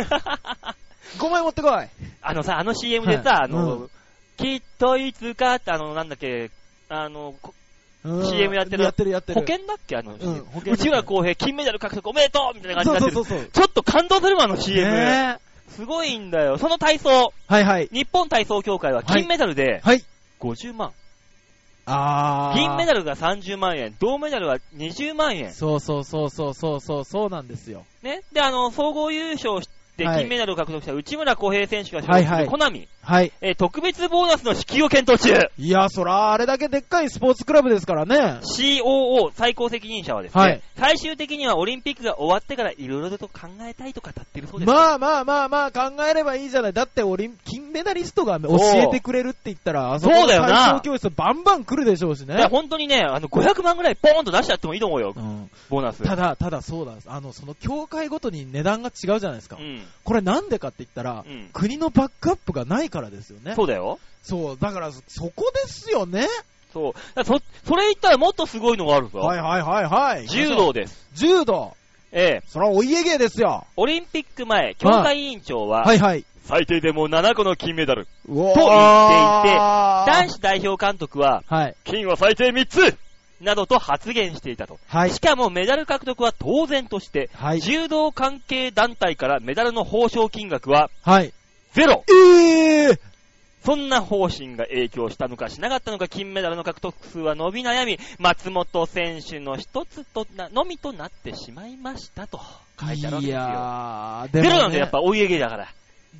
Speaker 2: ーン !5 枚持ってこい
Speaker 1: あのさ、あの CM でさ、
Speaker 2: はい
Speaker 1: あの、
Speaker 2: う
Speaker 1: きっといつかって、あの、なんだっけ、あの、こ CM やってる
Speaker 2: やってるやってる。
Speaker 1: 保険だっけあの、う
Speaker 2: うん保険
Speaker 1: 内村航平、金メダル獲得おめでとうみたいな
Speaker 2: そ
Speaker 1: 感
Speaker 2: う
Speaker 1: じ
Speaker 2: そ
Speaker 1: にな
Speaker 2: う
Speaker 1: って
Speaker 2: そ
Speaker 1: る。
Speaker 2: うそう。
Speaker 1: ちょっと感動するわ、あの CM。
Speaker 2: ね
Speaker 1: すごいんだよ。その体操、
Speaker 2: えはいはい。
Speaker 1: 日本体操協会は
Speaker 2: はい
Speaker 1: 金メダルで
Speaker 2: はい。
Speaker 1: 50万、
Speaker 2: あー。
Speaker 1: 銀メダルが30万円、銅メダルは20万円。
Speaker 2: そうそうそうそうそうそうそうなんですよ。
Speaker 1: ね。で、あの、総合優勝して
Speaker 2: はい
Speaker 1: 金メダルを獲得した内村航平選手が所属
Speaker 2: はい
Speaker 1: す
Speaker 2: はい
Speaker 1: るコナミ、
Speaker 2: はい。
Speaker 1: えー特別ボーナスの支給を検討中。
Speaker 2: いや、そら、あれだけでっかいスポーツクラブですからね。
Speaker 1: COO 最高責任者はですね、
Speaker 2: はい
Speaker 1: 最終的にはオリンピックが終わってからいろいろと考えたいと語ってるそうです。
Speaker 2: まあまあまあまあ、考えればいいじゃない。だって、オリン、金メダリストが教えてくれるって言ったら、あそこ
Speaker 1: そう
Speaker 2: の
Speaker 1: だよな
Speaker 2: 体操教室バンバン来るでしょうし
Speaker 1: だから
Speaker 2: ね。
Speaker 1: 本当にね、あの500万ぐらいポーンと出してやってもいいと思うよ
Speaker 2: う、ん、
Speaker 1: ボーナス。
Speaker 2: ただ、ただそうだ、あの、その協会ごとに値段が違うじゃないですか
Speaker 1: う。ん。
Speaker 2: これなんでかって言ったら
Speaker 1: う、ん。
Speaker 2: 国のバックアップがないからですよね。
Speaker 1: そうだよ。
Speaker 2: そう、だから、そこですよね。
Speaker 1: そう。だからそ、それ言ったらもっとすごいのがあるぞ。
Speaker 2: はいはいはいはい。
Speaker 1: 柔道です。
Speaker 2: 柔道。
Speaker 1: ええ。
Speaker 2: そら、お家芸ですよ。
Speaker 1: オリンピック前、協会委員長は、
Speaker 2: はいはい。
Speaker 1: 最低でも7個の金メダル。
Speaker 2: と言ってい
Speaker 1: と言っていて男
Speaker 2: 男
Speaker 1: 子代表監督は、
Speaker 2: はい。
Speaker 1: 金は最低3つなどと発言していたと。
Speaker 2: はい。
Speaker 1: しかもメダル獲得は当然として、
Speaker 2: はい。
Speaker 1: 柔道関係団体からメダルの報奨金額は
Speaker 2: はい。
Speaker 1: ゼロ
Speaker 2: えー
Speaker 1: そんな方針が影響したのかしなかったのか、金メダルの獲得数は伸び悩み、松本選手の一つとな、のみとなってしまいましたと書いてあるわけです
Speaker 2: い
Speaker 1: よ。
Speaker 2: やー、
Speaker 1: ゼ
Speaker 2: でも、ね、
Speaker 1: ロなんだよ、やっぱお家芸だから。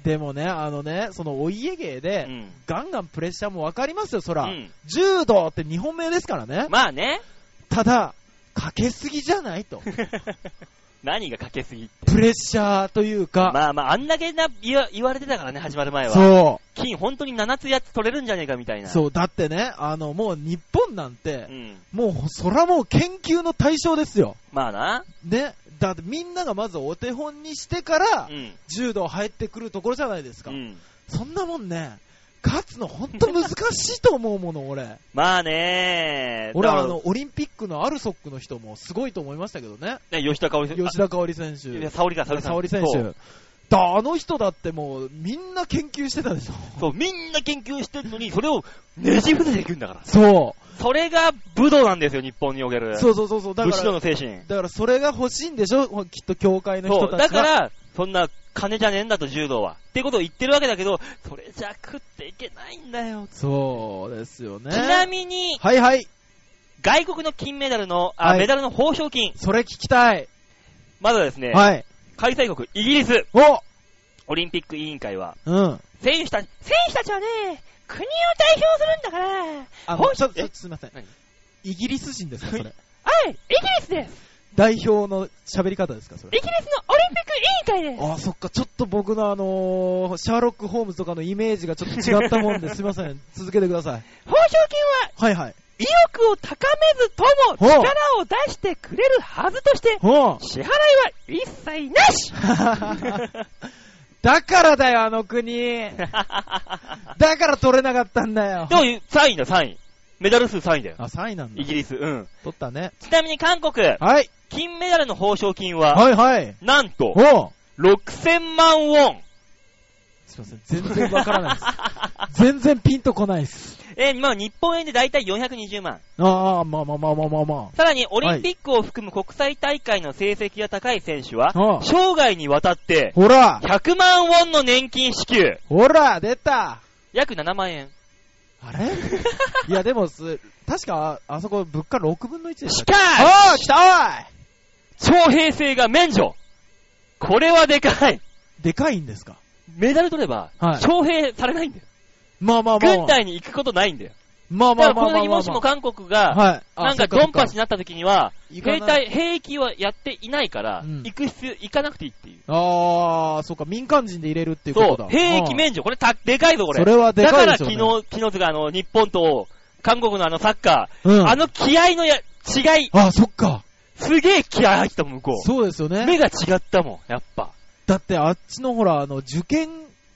Speaker 2: でもね、あのね、そのお家芸
Speaker 1: う
Speaker 2: で、
Speaker 1: ん。
Speaker 2: ガンガンプレッシャーもわかりますよ、そうら、
Speaker 1: ん。
Speaker 2: 柔道って2本目ですからね。
Speaker 1: まあね。
Speaker 2: ただ、かけすぎじゃないと。
Speaker 1: 何がかけすぎって。
Speaker 2: プレッシャーというか、
Speaker 1: まあまあ、あんだけな言わ言われてたからね、始まる前は。
Speaker 2: そ、
Speaker 1: 金本当に7つ8つ取れるんじゃねえかみたいうな。う。
Speaker 2: そう、だってね、あの、もう日本なんて
Speaker 1: う、ん。
Speaker 2: もう、そらもう研究の対象ですよ。
Speaker 1: まあな。
Speaker 2: ね、だってみんながまずお手本にしてから
Speaker 1: う、ん。
Speaker 2: 柔道入ってくるところじゃないです
Speaker 1: う
Speaker 2: か。
Speaker 1: ん。
Speaker 2: そんなもんね、勝つのほんと難しいと思うもの、俺。
Speaker 1: まあね
Speaker 2: 俺
Speaker 1: だか
Speaker 2: は
Speaker 1: ら
Speaker 2: あの、オリンピックのアルソックの人もすごいと思いましたけどね。
Speaker 1: ね吉田香織選手。
Speaker 2: 吉田香織選
Speaker 1: あいや
Speaker 2: 手。
Speaker 1: 沙織か、沙織さん
Speaker 2: 沙織選
Speaker 1: そう
Speaker 2: 手。だ、あの人だってもう、みんな研究してたでしょ。
Speaker 1: そう、みんな研究してるのに、それをねじ伏せていくんだから。
Speaker 2: そ
Speaker 1: それが武道なんですよ、日本におけ
Speaker 2: う。
Speaker 1: る。
Speaker 2: そうそうそうそう。だ
Speaker 1: 武
Speaker 2: か
Speaker 1: 士道
Speaker 2: ら、
Speaker 1: の精神。
Speaker 2: だからそれが欲しいんでしょきっと協会の
Speaker 1: そ
Speaker 2: 人
Speaker 1: う、
Speaker 2: たちが。
Speaker 1: だから、そんな金じゃねえんだと柔道は。ってことを言ってるわけだけど、それじゃ食っていけないんだよ。
Speaker 2: そうですよね。
Speaker 1: ちなみに、
Speaker 2: はいはい。
Speaker 1: 外国の金メダルの、あ、
Speaker 2: はい
Speaker 1: メダルの報奨金。
Speaker 2: それ聞きたい。
Speaker 1: まずはですね、
Speaker 2: はい。
Speaker 1: 開催国、イギリス、
Speaker 2: お
Speaker 1: オリンピック委員会は、
Speaker 2: うん。
Speaker 1: 選手たち、選手たちはね、国を代表するんだから、はい、
Speaker 2: あ
Speaker 1: ほ
Speaker 2: の、
Speaker 1: い
Speaker 2: ちょっと、ち
Speaker 1: え
Speaker 2: ょっとすいません
Speaker 1: 何。
Speaker 2: イギリス人ですか、それ。
Speaker 1: イギリスです。
Speaker 2: 代表の喋り方ですか、それ。
Speaker 1: イギリスのオリンピック委員会です。
Speaker 2: ああ、そっか、ちょっと僕のあのーシャーロック・ホームズとかのイメージがちょっと違ったもんで、すいません。続けてください。
Speaker 1: 報奨金は
Speaker 2: はいはい。
Speaker 1: 意欲を高めずとも
Speaker 2: ほう
Speaker 1: 力を出してくれるはずとして、
Speaker 2: ほう
Speaker 1: 支払いは一切なし
Speaker 2: だからだよ、あの国。だから取れなかったんだよ
Speaker 1: で。も3位だ、3位。メダル数3位だよ。
Speaker 2: あ、3位なんだ
Speaker 1: イ。ギリス、うん。
Speaker 2: 取ったね。
Speaker 1: ちなみに韓国、
Speaker 2: はい。
Speaker 1: 金メダルの報奨金は、
Speaker 2: はいはい。
Speaker 1: なんと、
Speaker 2: おう
Speaker 1: 6000万ウォン。
Speaker 2: すいません。全然わからないです。 全然ピンとこないです。
Speaker 1: えー、まあ日本円で大体420万。
Speaker 2: ああ、まあまあまあまあまあま
Speaker 1: さらに、オリンピックを含む国際大会の成績が高い選手は、
Speaker 2: あ。うん
Speaker 1: 生涯にわたって、
Speaker 2: ほら
Speaker 1: 100万ウォンの年金支給。
Speaker 2: ほら出た
Speaker 1: 約7万円。
Speaker 2: あれいや、でもす、確か、あそこ物価6分の1でした
Speaker 1: し
Speaker 2: っけ。
Speaker 1: か
Speaker 2: ああ、来たおい
Speaker 1: し、徴兵制が免除。これはでかい。
Speaker 2: でかいんですか
Speaker 1: メダル取れば
Speaker 2: は、い
Speaker 1: 徴兵されないんだよ。
Speaker 2: まあまあまあ。
Speaker 1: 軍隊に行くことないんだよ。
Speaker 2: まあ
Speaker 1: だから
Speaker 2: まあまあ
Speaker 1: こ
Speaker 2: ま
Speaker 1: の
Speaker 2: あ
Speaker 1: 時
Speaker 2: ま
Speaker 1: も
Speaker 2: あ
Speaker 1: し
Speaker 2: ま
Speaker 1: も
Speaker 2: あ。
Speaker 1: 韓国が、
Speaker 2: はい。あ
Speaker 1: なんか
Speaker 2: そっ
Speaker 1: ドンパ
Speaker 2: そ
Speaker 1: チ
Speaker 2: っ
Speaker 1: になった時には、
Speaker 2: 行か
Speaker 1: 兵
Speaker 2: ない
Speaker 1: 隊、兵役はやっていないから、
Speaker 2: うん
Speaker 1: 行く必要、行かなくていいっていう。
Speaker 2: あー、そっか、民間人で入れるっていうこ
Speaker 1: そ
Speaker 2: と
Speaker 1: う
Speaker 2: だ。、
Speaker 1: 兵役
Speaker 2: うん
Speaker 1: 免除。これた、でかいぞ、これ。
Speaker 2: それはで
Speaker 1: だ
Speaker 2: か
Speaker 1: か
Speaker 2: い
Speaker 1: ら
Speaker 2: でしょ
Speaker 1: 昨
Speaker 2: うね。
Speaker 1: 日、昨日があの、日本と、韓国のあのサッカー、
Speaker 2: うん
Speaker 1: あの気合のや、違い、
Speaker 2: あ、そっか。
Speaker 1: すげえ気合入ったもん、向こう。
Speaker 2: そうですよね。
Speaker 1: 目が違ったもん、やっぱ。
Speaker 2: だってあっちのほら、あの、受験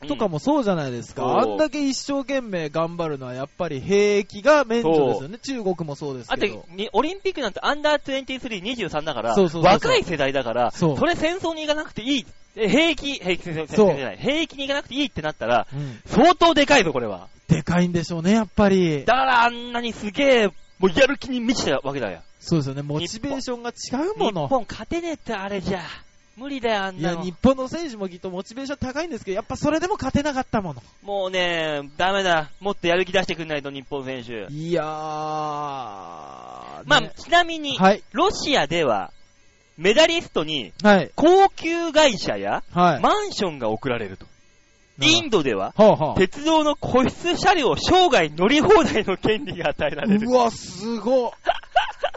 Speaker 2: とかもそうじゃないですか。
Speaker 1: うん
Speaker 2: あんだけ一生懸命頑張るのは、やっぱり兵役が免除ですよね。中国もそうです
Speaker 1: あ
Speaker 2: け
Speaker 1: と
Speaker 2: ど。、
Speaker 1: にオリンピックなんてアンダー23、23だから
Speaker 2: そうそうそうそう
Speaker 1: 若い世代だから、
Speaker 2: そ
Speaker 1: そうれ戦争に行かなくていい、え兵役、兵役、戦争
Speaker 2: そう
Speaker 1: 戦争じゃない兵役に行かなくていいってなったら、
Speaker 2: うん
Speaker 1: 相当でかいぞ、これは。
Speaker 2: でかいんでしょうね、やっぱり。
Speaker 1: だからあんなにすげえ、もうやる気に満ちたわけだよ。
Speaker 2: そうですよね、モチベーションが違うも
Speaker 1: 日
Speaker 2: の。
Speaker 1: 本勝てねえってあれじゃ。無理だよ、あん
Speaker 2: い
Speaker 1: な
Speaker 2: や、
Speaker 1: の
Speaker 2: 日。本の選手もきっとモチベーション高いんですけど、やっぱそれでも勝てなかったもの。
Speaker 1: もうね、ダメだ。もっとやる気出してくんないと、日本選手。
Speaker 2: いやー。
Speaker 1: まあ、
Speaker 2: ね
Speaker 1: ちなみに、
Speaker 2: はい。
Speaker 1: ロシアでは、メダリストに、
Speaker 2: はい。
Speaker 1: 高級会社や、
Speaker 2: はい。
Speaker 1: マンションが贈られると。インドでは、
Speaker 2: はあ、はあ、
Speaker 1: 鉄道の個室車両生涯乗り放題の権利が与えられる
Speaker 2: う。わ、す ごっ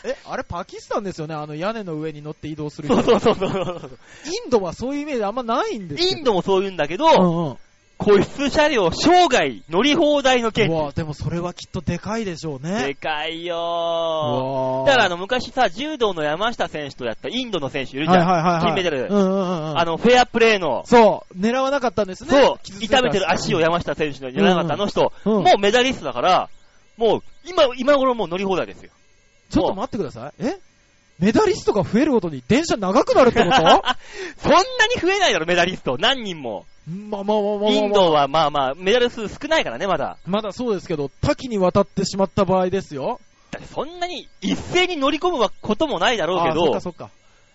Speaker 2: え、あれパキスタンですよねあの屋根の上に乗って移動する人
Speaker 1: そうそうそうそうそう。
Speaker 2: インドはそういうイメージあんまないんです
Speaker 1: イ
Speaker 2: けど
Speaker 1: ンドもそう言うんだけど、
Speaker 2: うんうん。
Speaker 1: 個室車両生涯乗り放題の権
Speaker 2: う
Speaker 1: 利。
Speaker 2: わ、でもそれはきっとでかいでしょう
Speaker 1: で
Speaker 2: ね。
Speaker 1: かいうよー。
Speaker 2: わ
Speaker 1: だからあの、昔さ、柔道の山下選手とやったインドの選手いるじ
Speaker 2: はい
Speaker 1: ゃん。
Speaker 2: はいはいはい。
Speaker 1: 金メダル
Speaker 2: うんうんうんうん。
Speaker 1: あの、フェアプレーの、
Speaker 2: そう、狙わなかったんですね。
Speaker 1: そう、
Speaker 2: 傷ついた
Speaker 1: 痛めてる足を山下選手の狙わなかったあの人、
Speaker 2: うん
Speaker 1: もうメダリストだから、もう、今、今頃もう乗り放題ですよ。
Speaker 2: ちょっと待ってください。えメダリストが増えるごとに電車長くな るってことまあ
Speaker 1: そんなに増えないだろ、メダリスト。何人も。
Speaker 2: まあまあまあ
Speaker 1: イン
Speaker 2: まあ。
Speaker 1: ドはまあまあ、メダル数少ないからね、まだ。
Speaker 2: まだそうですけど、多岐にわたってしまった場合ですよ。
Speaker 1: だってそんなに一斉に乗り込むこともないだろうけ
Speaker 2: あそっ
Speaker 1: ど
Speaker 2: か、そっか。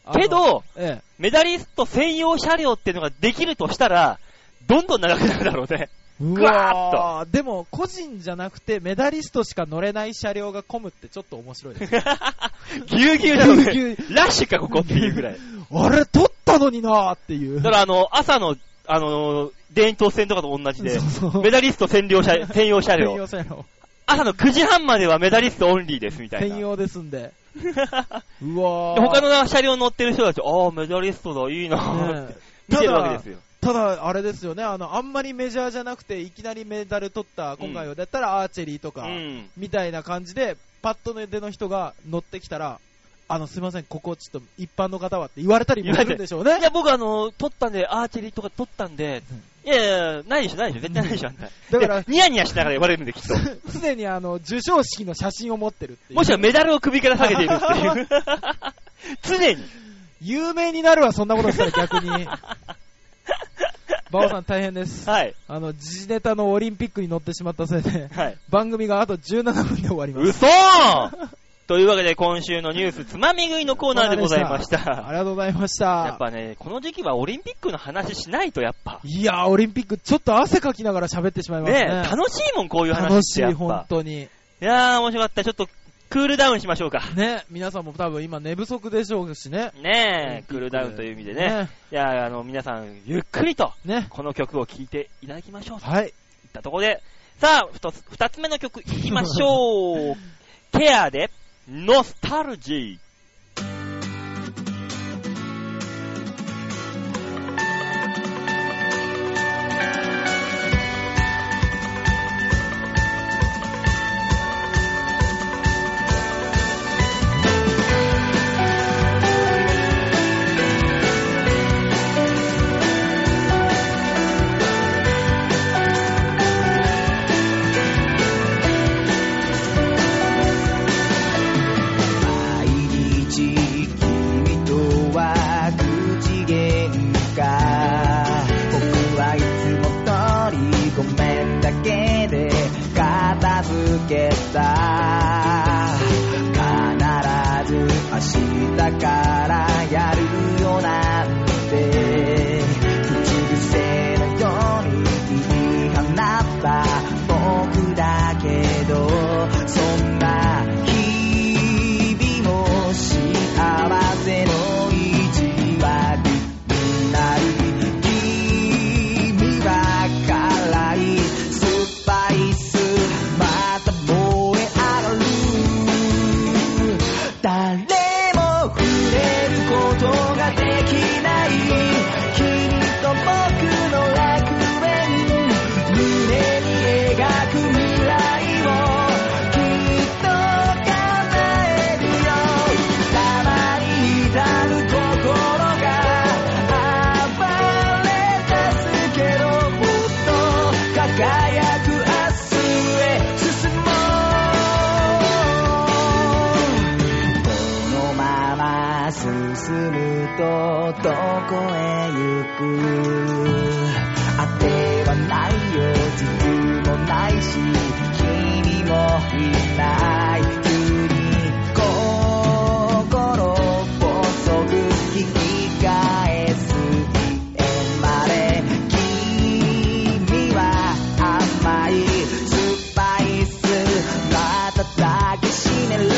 Speaker 2: あの
Speaker 1: け、ど、
Speaker 2: ええ。
Speaker 1: メダリスト専用車両っていうのができるとしたら、どんどん長くなるだろうね。
Speaker 2: う
Speaker 1: ぐわ
Speaker 2: わーでも、個人じゃなくて、メダリストしか乗れない車両が混むってちょっと面白いです
Speaker 1: ぎゅうぎゅうだろう
Speaker 2: ぎゅう
Speaker 1: ね。ラッシュか、ここっていうぐらい。
Speaker 2: あれ、取ったのになーっていう。
Speaker 1: だからあの、朝の、あの、電灯線とかと同じで、
Speaker 2: そうそう
Speaker 1: メダリスト専用 車専用車
Speaker 2: 専
Speaker 1: 両
Speaker 2: 用。車両。
Speaker 1: 朝の9時半まではメダリストオンリーです、みたいな。
Speaker 2: 専用ですんで。うわ
Speaker 1: で
Speaker 2: ー
Speaker 1: 他の車両乗ってる人たち、ああ、メダリストだ、いいな、
Speaker 2: ねえ
Speaker 1: 見てるわけですよ。
Speaker 2: ただ、あれですよね、あの、あんまりメジャーじゃなくて、いきなりメダル取った、今回はだったらアーチェリーとか、
Speaker 1: うん。
Speaker 2: みたいな感じで、パッと寝ての人が乗ってきたら、あの、すいません、ここちょっと一般の方はって言われたりもするんでしょうね
Speaker 1: い。や、僕あの、撮ったんで、アーチェリーとか撮ったんで、いやいや、ないでしょ、ないでしょ、絶対ないでしょ、あんた。
Speaker 2: だから
Speaker 1: いやニヤニヤしながら言われるんで、きっ と。
Speaker 2: すでにあの、授賞式の写真を持ってるっていう。
Speaker 1: もしくはメダルを首から下げている っていう。常に。
Speaker 2: 有名になるわ、そんなことしたら逆に。バオさん大変です。
Speaker 1: はい。
Speaker 2: あの、時事ネタのオリンピックに乗ってしまったせいで、
Speaker 1: はい。
Speaker 2: 番組があと17分で終わります。
Speaker 1: 嘘というわけで、今週のニュース、つまみ食いのコーナーでございまし た。
Speaker 2: ありがとうございました。
Speaker 1: やっぱね、この時期はオリンピックの話しないと、やっぱ。
Speaker 2: いやー、オリンピックちょっと汗かきながら喋ってしまいます
Speaker 1: ね
Speaker 2: ね。
Speaker 1: 楽しいもん、こういう話
Speaker 2: 楽
Speaker 1: っ、
Speaker 2: して
Speaker 1: や
Speaker 2: い、
Speaker 1: っ
Speaker 2: 本
Speaker 1: ぱ。
Speaker 2: 当に。
Speaker 1: いやー、面白かった。ちょっと、クールダウンしましょうか。
Speaker 2: ね、皆さんも多分今寝不足でしょうしね。
Speaker 1: ねえ、クールダウンという意味でね。いやー、あの、皆さん、ゆっくりと、
Speaker 2: ね。ね。
Speaker 1: この曲を聴いていただきましょう。と
Speaker 2: はい。
Speaker 1: いったところで、さあ、二つ、二つ目の曲いきまし ょう。ケアで、ノスタルジー。
Speaker 3: 毎日君とは口喧嘩僕はいつも通りごめんだけで片付けた必ず明日からやるよなんて口癖のように君放った僕だけどそんな日々も幸せの一割になり君は辛いスパイスまた燃えが進むとどこへ行く当てはないよ実もないし君もいない急に心細く引き返す家まで君は甘いスパイス瞬きしめる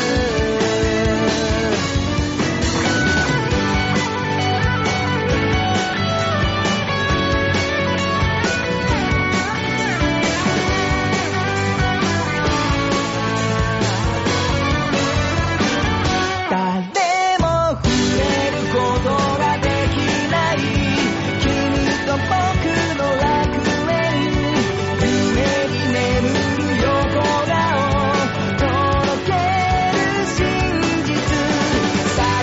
Speaker 3: 誰も触れることができない君と僕の楽園夢に眠る横顔とろける真実避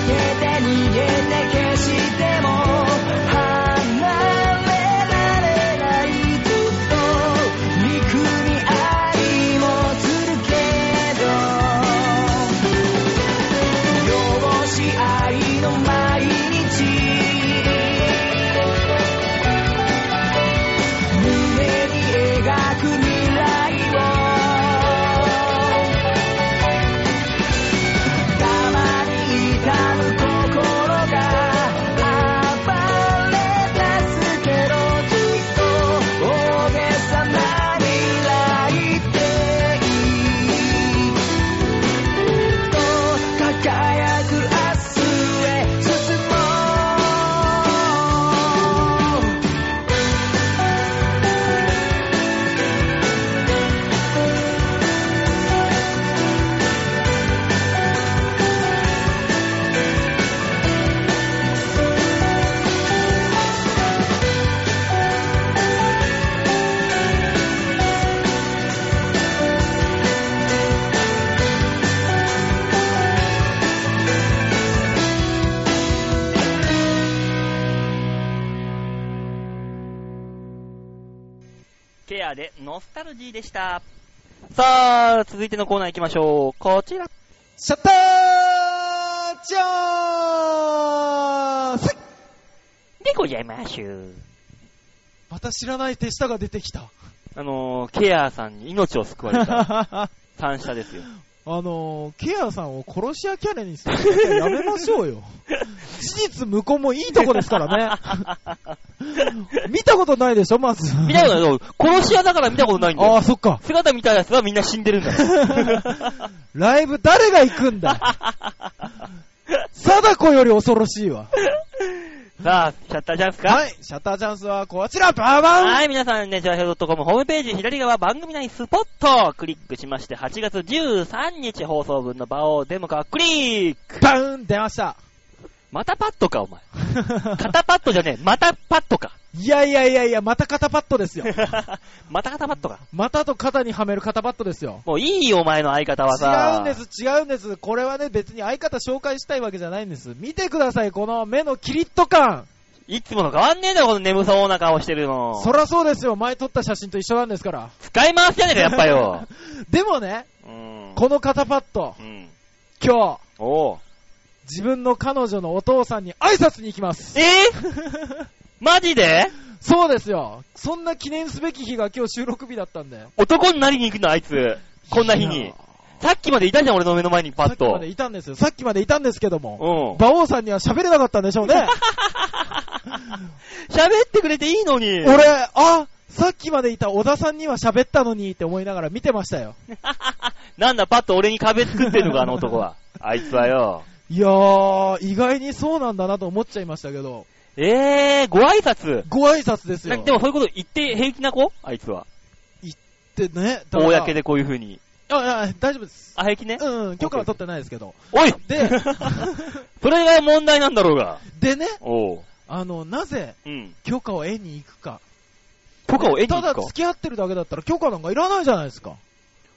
Speaker 3: けて逃げて消しても離れられないずっと憎み愛もするけど「よし愛の毎日」「胸に描く未来を」「たまに痛む心が暴れだすけど」「きっと大げさな未来っていい」輝く明日へ進もう」
Speaker 1: ケアでノスタルジーでした。さあ、続いてのコーナー行きましょう。こちら。
Speaker 2: シャッターチャンス
Speaker 1: でございましゅう。
Speaker 2: また知らない手下が出てきた。
Speaker 1: あのー、ケアさんに命を救われた三者ですよ。
Speaker 2: あのー、ケアさんを殺し屋キャラにするのやめましょうよ。事実無根もいいとこですからね。 見たことないでしょ、まず。
Speaker 1: 見たことない。殺し屋だから見たことないんだ
Speaker 2: あ
Speaker 1: よ
Speaker 2: あ、。そっ か。
Speaker 1: 姿見たやつはみんな死んでるんだよ。
Speaker 2: ライブ誰が行くん だ貞子より恐ろしいわ。
Speaker 1: さあ、シャッターチャンスか
Speaker 2: はい、シャッターチャンスはこちら、ババン
Speaker 1: はい、皆さんね、ジャヒョ .com ホームページ左側番組内スポットをクリックしまして、8月13日放送分の場をデモかクリック
Speaker 2: バーン出ました。
Speaker 1: またパッドか、お前。肩パッドじゃねえ、またパッドか。
Speaker 2: いやいやいやいや、また肩パッドですよ。
Speaker 1: また肩パッドか。
Speaker 2: またと肩にはめる肩パッドですよ。
Speaker 1: もういいよ、お前の相方はさ。
Speaker 2: 違うんで。す、違うんです。これはね、別に相方紹介したいわけじゃないんです。見てください、この目のキリッと感。
Speaker 1: いつもの変わんねえだろ、この眠そうな顔してるの。
Speaker 2: そらそうですよ、前撮った写真と一緒なんですから。
Speaker 1: 使い回しじゃねえか、やっぱ よ。
Speaker 2: でもね、
Speaker 1: うん。
Speaker 2: この肩パッド
Speaker 1: う、ん。
Speaker 2: 今日、
Speaker 1: おう。
Speaker 2: 自分の彼女のお父さんに挨拶に行きます。
Speaker 1: えー、マジで
Speaker 2: そうですよ。そんな記念すべき日が今日収録日だったんだよ。
Speaker 1: 男になりに行くの、あいつ。こんな日に。。さっきまでいたじゃん、俺の目の前にパ
Speaker 2: さっ
Speaker 1: ッ
Speaker 2: きま
Speaker 1: と
Speaker 2: で。いたんですよ。さっきまでいたんですけども。
Speaker 1: うん。
Speaker 2: 馬王さんには喋れなかったんでしょ うね。
Speaker 1: 喋ってくれていいのに。
Speaker 2: 俺、あ、さっきまでいた小田さんには喋ったのにって思いながら見てましたよ。
Speaker 1: なんだ、パッと俺に壁作ってんのか、あの男は。 あいつはよ。
Speaker 2: いやー、意外にそうなんだなと思っちゃいましたけど、
Speaker 1: えー、ご挨拶。
Speaker 2: ご挨拶ですよ。
Speaker 1: なでもそういうこと言って平気な子あいつは。
Speaker 2: でね、だから
Speaker 1: 公でこういう風に。
Speaker 2: あ、いや、大丈夫です。
Speaker 1: あ、平気ね。
Speaker 2: うん、許可は取ってないですけど。
Speaker 1: おい
Speaker 2: で
Speaker 1: それが問題なんだろうが。
Speaker 2: でね、
Speaker 1: おう。
Speaker 2: あの、なぜ
Speaker 1: うん。
Speaker 2: 許可を得に行くか。
Speaker 1: 許可を得に行
Speaker 2: た
Speaker 1: く
Speaker 2: だ
Speaker 1: か。
Speaker 2: 付き合ってるだけだったら許可なんかいらないじゃないですか。